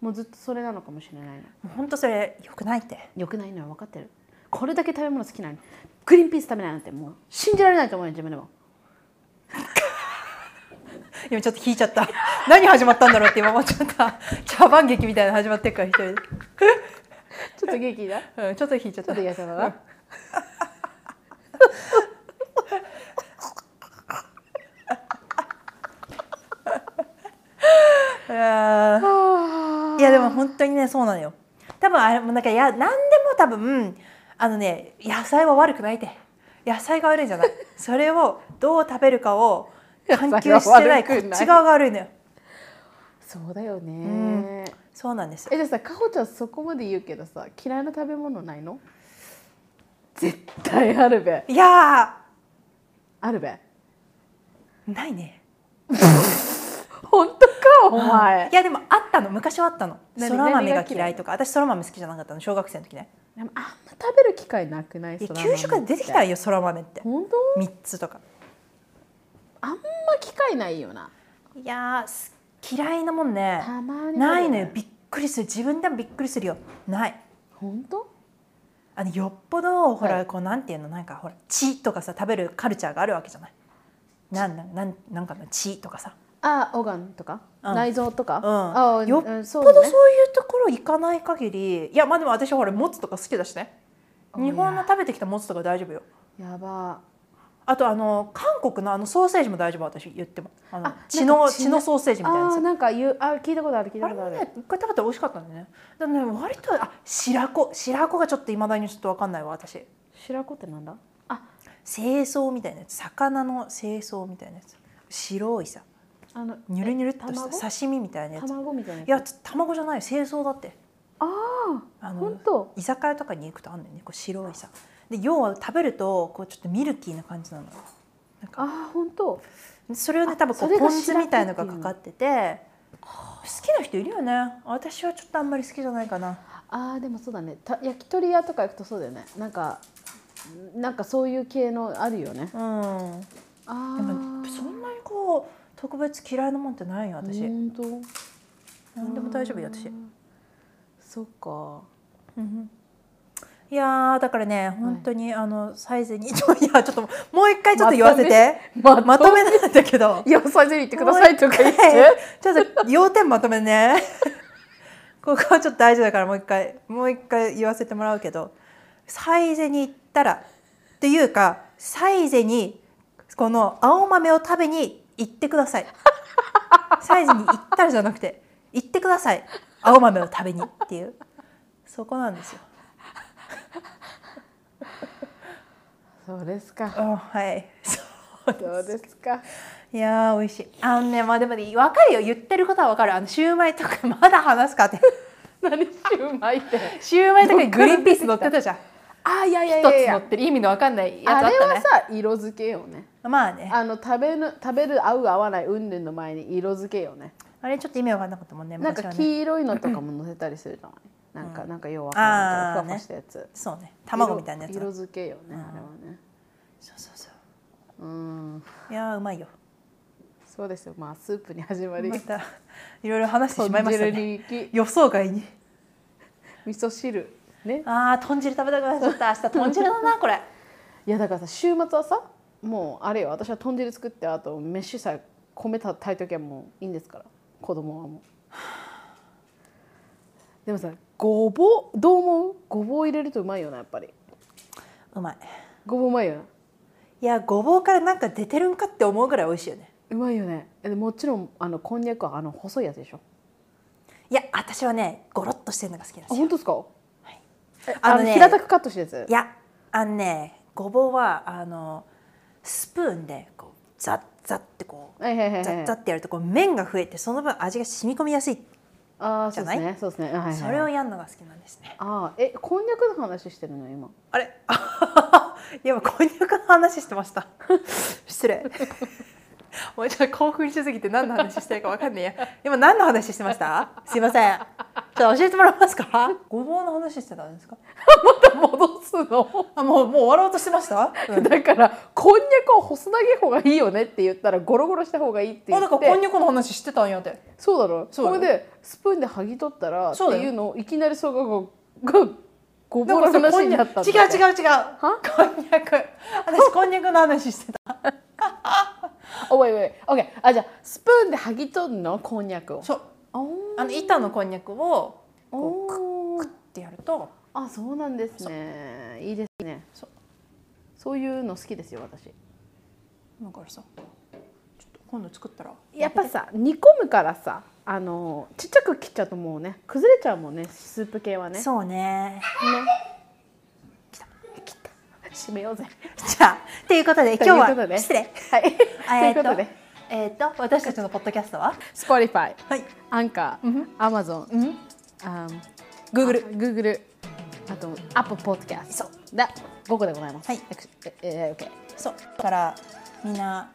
Speaker 2: もうずっとそれなのかもしれないの
Speaker 1: 本当それ良くないって
Speaker 2: よくないのは分かってるこれだけ食べ物好きなのにグリーンピース食べないなんてもう信じられないと思うよ自分でも
Speaker 1: 今ちょっと引いちゃった 何始まったんだろうって今思っちゃった茶番劇みたいなの始まってるから一人で
Speaker 2: ちょっと元気だ
Speaker 1: うん、ちょっと引いちゃっ
Speaker 2: ちょ
Speaker 1: た
Speaker 2: っと嫌だな
Speaker 1: あーいやでも本当にねそうなのよ多分あれもなんかいや何でも多分あのね野菜は悪くないで野菜が悪いんじゃ ないそれをどう食べるかを探求してない
Speaker 2: 野菜が悪く
Speaker 1: こ
Speaker 2: ない
Speaker 1: っち側が悪いのよ
Speaker 2: そうだよね、
Speaker 1: んそうなんですよ
Speaker 2: えじゃあさかほちゃんそこまで言うけどさ嫌いな食べ物ないの絶対あるべ
Speaker 1: いや
Speaker 2: あるべ
Speaker 1: ーないね
Speaker 2: 本当かお前
Speaker 1: いやでもあったの昔はあったの
Speaker 2: 何
Speaker 1: そら豆
Speaker 2: 何
Speaker 1: が
Speaker 2: が嫌い
Speaker 1: 嫌いとか私そら豆好きじゃなかったの小学生の時ね
Speaker 2: でもあんま食べる機会なくない
Speaker 1: いや
Speaker 2: そら豆
Speaker 1: 給食で出てきたらいいよそら豆って
Speaker 2: 本当
Speaker 1: 3つとか
Speaker 2: あんま機会ないよない
Speaker 1: やーす嫌いなもんね
Speaker 2: たまに
Speaker 1: ないのよびっくりする自分でもびっくりするよない
Speaker 2: 本当
Speaker 1: あのよっぽどほら、
Speaker 2: はい
Speaker 1: こうなんていうのなんかほら血とかさ食べるカルチャーがあるわけじゃないなんなんなんなんかの血とかさ、
Speaker 2: あオガンとか、
Speaker 1: うん
Speaker 2: 内臓とか、
Speaker 1: うん
Speaker 2: あ
Speaker 1: よっ
Speaker 2: うんそ
Speaker 1: ぽ
Speaker 2: うだ
Speaker 1: どそう
Speaker 2: ね
Speaker 1: いうところ行かない限りいやまあでも私はほらもつとか好きだしね
Speaker 2: おや
Speaker 1: 日本の食べてきたもつとか大丈夫よ
Speaker 2: やば
Speaker 1: あとあの韓国のあのソーセージも大丈夫私言ってもあの
Speaker 2: あ
Speaker 1: 血
Speaker 2: なん
Speaker 1: の
Speaker 2: か血
Speaker 1: 血
Speaker 2: の
Speaker 1: のソーセージみ
Speaker 2: あ
Speaker 1: たいな
Speaker 2: ー
Speaker 1: さ
Speaker 2: なんか言うあ聞いたことある聞い
Speaker 1: あ
Speaker 2: た
Speaker 1: れ
Speaker 2: こと
Speaker 1: も
Speaker 2: ある
Speaker 1: ね一回食べたら美味しかったんだよねだからね割とあ白子白子がちょっといまだにちょっと分かんないわ私
Speaker 2: 白子ってなんだあ
Speaker 1: 清掃みたいなやつ魚の清掃みたいなやつ白いさ
Speaker 2: あの
Speaker 1: ニュルニュルっとし
Speaker 2: え
Speaker 1: た
Speaker 2: 卵
Speaker 1: 刺身みたいなやつい
Speaker 2: 卵みたいな
Speaker 1: やつ卵じゃないよ清掃だって
Speaker 2: あ
Speaker 1: あ
Speaker 2: あ
Speaker 1: の
Speaker 2: 本当
Speaker 1: 居酒屋とかに行くとあんのよねこう白いさで要は食べるとこうちょっとミルキーな感じなのなんか
Speaker 2: あ本当
Speaker 1: それをね多分こ
Speaker 2: それ
Speaker 1: う
Speaker 2: が
Speaker 1: ポン酢みたいのがかかってて好きな人いるよね私はちょっとあんまり好きじゃないかな
Speaker 2: あーでもそうだねた焼き鳥屋とか行くとそうだよねなんかなんかそういう系のあるよね
Speaker 1: うん
Speaker 2: あ
Speaker 1: でもそんなにこう特別嫌いなもんってないよ私
Speaker 2: 本当
Speaker 1: 何でも大丈夫よ私
Speaker 2: そっか
Speaker 1: うんいやーだからね本当に、あのサイゼに いやちょっともう一回ちょっと言わせて
Speaker 2: ま
Speaker 1: まとめなんだけど
Speaker 2: いやサイゼリー行ってくださいとか言って
Speaker 1: はいちょっと要点まとめねここはちょっと大事だからもう一回もう一回言わせてもらうけどサイゼに行ったらっていうかサイゼにこの青豆を食べに行ってくださいサイゼに行ったらじゃなくて行ってください青豆を食べにっていうそこなんですよ。
Speaker 2: そうですか
Speaker 1: うんはいそう
Speaker 2: そうですか
Speaker 1: いやー美味しいあのねまあでもね分かるよ言ってることは分かるあのシューマイとかまだ話すかって
Speaker 2: 何シューマイって
Speaker 1: シューマイとかにグリーンピース乗ってたじゃん。
Speaker 2: あいやいやい
Speaker 1: 一
Speaker 2: やい
Speaker 1: つ乗
Speaker 2: や
Speaker 1: ってる意味のわかんないや
Speaker 2: あ
Speaker 1: つあっ
Speaker 2: れ
Speaker 1: た
Speaker 2: は
Speaker 1: ね。
Speaker 2: さ色付けよね
Speaker 1: まあね、
Speaker 2: あの食べる食べる合う合わない云々の前に色付けよね
Speaker 1: あれちょっと意味わかんなかったもんね。
Speaker 2: なん
Speaker 1: 昔
Speaker 2: か
Speaker 1: はね。
Speaker 2: 黄色いのとかも乗せたりするじゃない。なんかなんかようわ
Speaker 1: あー
Speaker 2: かんないけどふわふわ
Speaker 1: ね
Speaker 2: したやつ。
Speaker 1: そうね、卵みたいなやつ。
Speaker 2: 色
Speaker 1: そう
Speaker 2: 色付けよねあれはね。
Speaker 1: そうそう。
Speaker 2: うん。
Speaker 1: いやーうまいよ。
Speaker 2: そうですよ。まあスープに始まり
Speaker 1: ま。たいろいろ話してしまい
Speaker 2: 豚
Speaker 1: ました
Speaker 2: 汁
Speaker 1: ね。
Speaker 2: に行き
Speaker 1: 予想外に。
Speaker 2: 味噌汁ね。
Speaker 1: ああ豚汁食べたくなっちゃ った。明日豚汁だなこれ。
Speaker 2: いやだからさ週末はさもうあれよ私は豚汁作ってあと飯さえ米た炊いときゃもういいんですから子供はもうでもさごぼうどう思うごぼう入れるとうまいよなやっぱり
Speaker 1: うまい。
Speaker 2: ごぼううまいよない
Speaker 1: やーごぼうからなんか出てるんかって思うぐらい美味しいよね。
Speaker 2: うまいよねえでもちろんあのこんにゃくはあの細いやつでしょ
Speaker 1: いや私はねゴロっとしてるのが好きなんで
Speaker 2: あ
Speaker 1: すよ。
Speaker 2: 本当ですかえ
Speaker 1: あ
Speaker 2: あ
Speaker 1: の
Speaker 2: の
Speaker 1: ね
Speaker 2: 平たくカットしたやつ
Speaker 1: いやあのねごぼうはあのスプーンでこうザッザッってこう。
Speaker 2: はいはいはい
Speaker 1: ザ
Speaker 2: は
Speaker 1: ッ
Speaker 2: い
Speaker 1: ザッってやるとこう麺が増えてその分味が染み込みやすい
Speaker 2: あああ
Speaker 1: じ
Speaker 2: そ
Speaker 1: ゃ
Speaker 2: うで
Speaker 1: ない
Speaker 2: すねそうですねはいはいはい
Speaker 1: それをやるのが好きなんですね
Speaker 2: ああえこんにゃくの話してる の今
Speaker 1: あれいやこんにゃくの話してました 失礼 もうちょっと興奮しすぎて何の話してるかわかんねえや今何の話してましたすいませんちょっと教えてもらえますかごぼうの話してたんですか
Speaker 2: 戻すの
Speaker 1: あもうもう終わろうとしてました、うん
Speaker 2: だからこんにゃくを細長い方がいいよねって言ったらゴロゴロした方がいいって言
Speaker 1: あ
Speaker 2: って
Speaker 1: だからこんにゃくの話してたんやって
Speaker 2: そうだろ
Speaker 1: そうだ
Speaker 2: こ
Speaker 1: よ
Speaker 2: れでスプーンで剥ぎ取ったらって
Speaker 1: そうだよ
Speaker 2: いうのをいきなりそうががごぼう
Speaker 1: だ
Speaker 2: の
Speaker 1: からこ
Speaker 2: 話
Speaker 1: んに
Speaker 2: に
Speaker 1: ゃ
Speaker 2: な
Speaker 1: 違
Speaker 2: った
Speaker 1: うん違
Speaker 2: だ
Speaker 1: う違うこんにゃく私こんにゃくの話してた
Speaker 2: おいおいオッケーあじゃあスプーンで剥ぎ取るのこんにゃくを
Speaker 1: そう
Speaker 2: あ
Speaker 1: あの板のこんにゃくをこ
Speaker 2: お
Speaker 1: うってやると
Speaker 2: あそうなんですねいいですね
Speaker 1: そう
Speaker 2: そういうの好きですよ私
Speaker 1: だからさちょっと今度作ったら
Speaker 2: やっぱさ煮込むからさあのちっちゃく切っちゃうともうね崩れちゃうもんねスープ系はねね
Speaker 1: そうね
Speaker 2: 締めようぜ
Speaker 1: じゃあということで今日
Speaker 2: ということ
Speaker 1: は
Speaker 2: で
Speaker 1: 失礼
Speaker 2: はい
Speaker 1: あ
Speaker 2: ということ
Speaker 1: え
Speaker 2: で
Speaker 1: ーえーと私たちのポッドキャストは
Speaker 2: Spotify
Speaker 1: はい
Speaker 2: アンカ
Speaker 1: うん
Speaker 2: ーアマゾン
Speaker 1: うん
Speaker 2: あ
Speaker 1: Google
Speaker 2: Google あと Apple Podcast
Speaker 1: そう
Speaker 2: だ5個でございます
Speaker 1: はい
Speaker 2: 私ええー OK
Speaker 1: そうだからみんな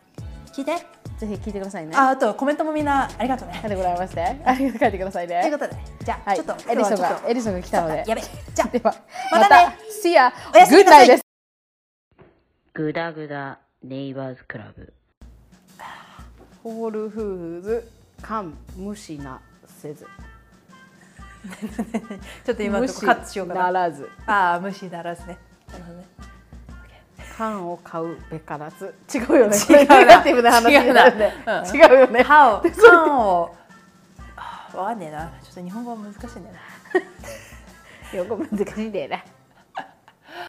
Speaker 1: 聞いて
Speaker 2: ぜひ聞いてくださいね
Speaker 1: ああとコメントもみんなありがとうね
Speaker 2: でございましてありがとう書いてください
Speaker 1: という
Speaker 2: ね
Speaker 1: ことでじゃあ
Speaker 2: はい
Speaker 1: ちょっと
Speaker 2: エリソ
Speaker 1: 今
Speaker 2: ン
Speaker 1: 日はちょ
Speaker 2: が
Speaker 1: っと
Speaker 2: エリソンが来たので
Speaker 1: やべじゃあ
Speaker 2: では
Speaker 1: またね
Speaker 2: See ya
Speaker 1: おやすみ
Speaker 2: Good
Speaker 1: なさい
Speaker 2: night です
Speaker 3: グダグダネイバーズクラブ
Speaker 2: ホールフーズ感無視なせず
Speaker 1: ちょっと今のとこカットしようかな
Speaker 2: 無視らず
Speaker 1: ああ無視ならずねなるほどね
Speaker 2: 缶を買うべからず違うよねこ
Speaker 1: 違
Speaker 2: れ
Speaker 1: うな
Speaker 2: ネガティブな話になるね
Speaker 1: 違うなうん
Speaker 2: 違うよね
Speaker 1: 歯を缶 をあーわかんねえなちょっと日本語は難しいんだよな
Speaker 2: よく難しいんだよね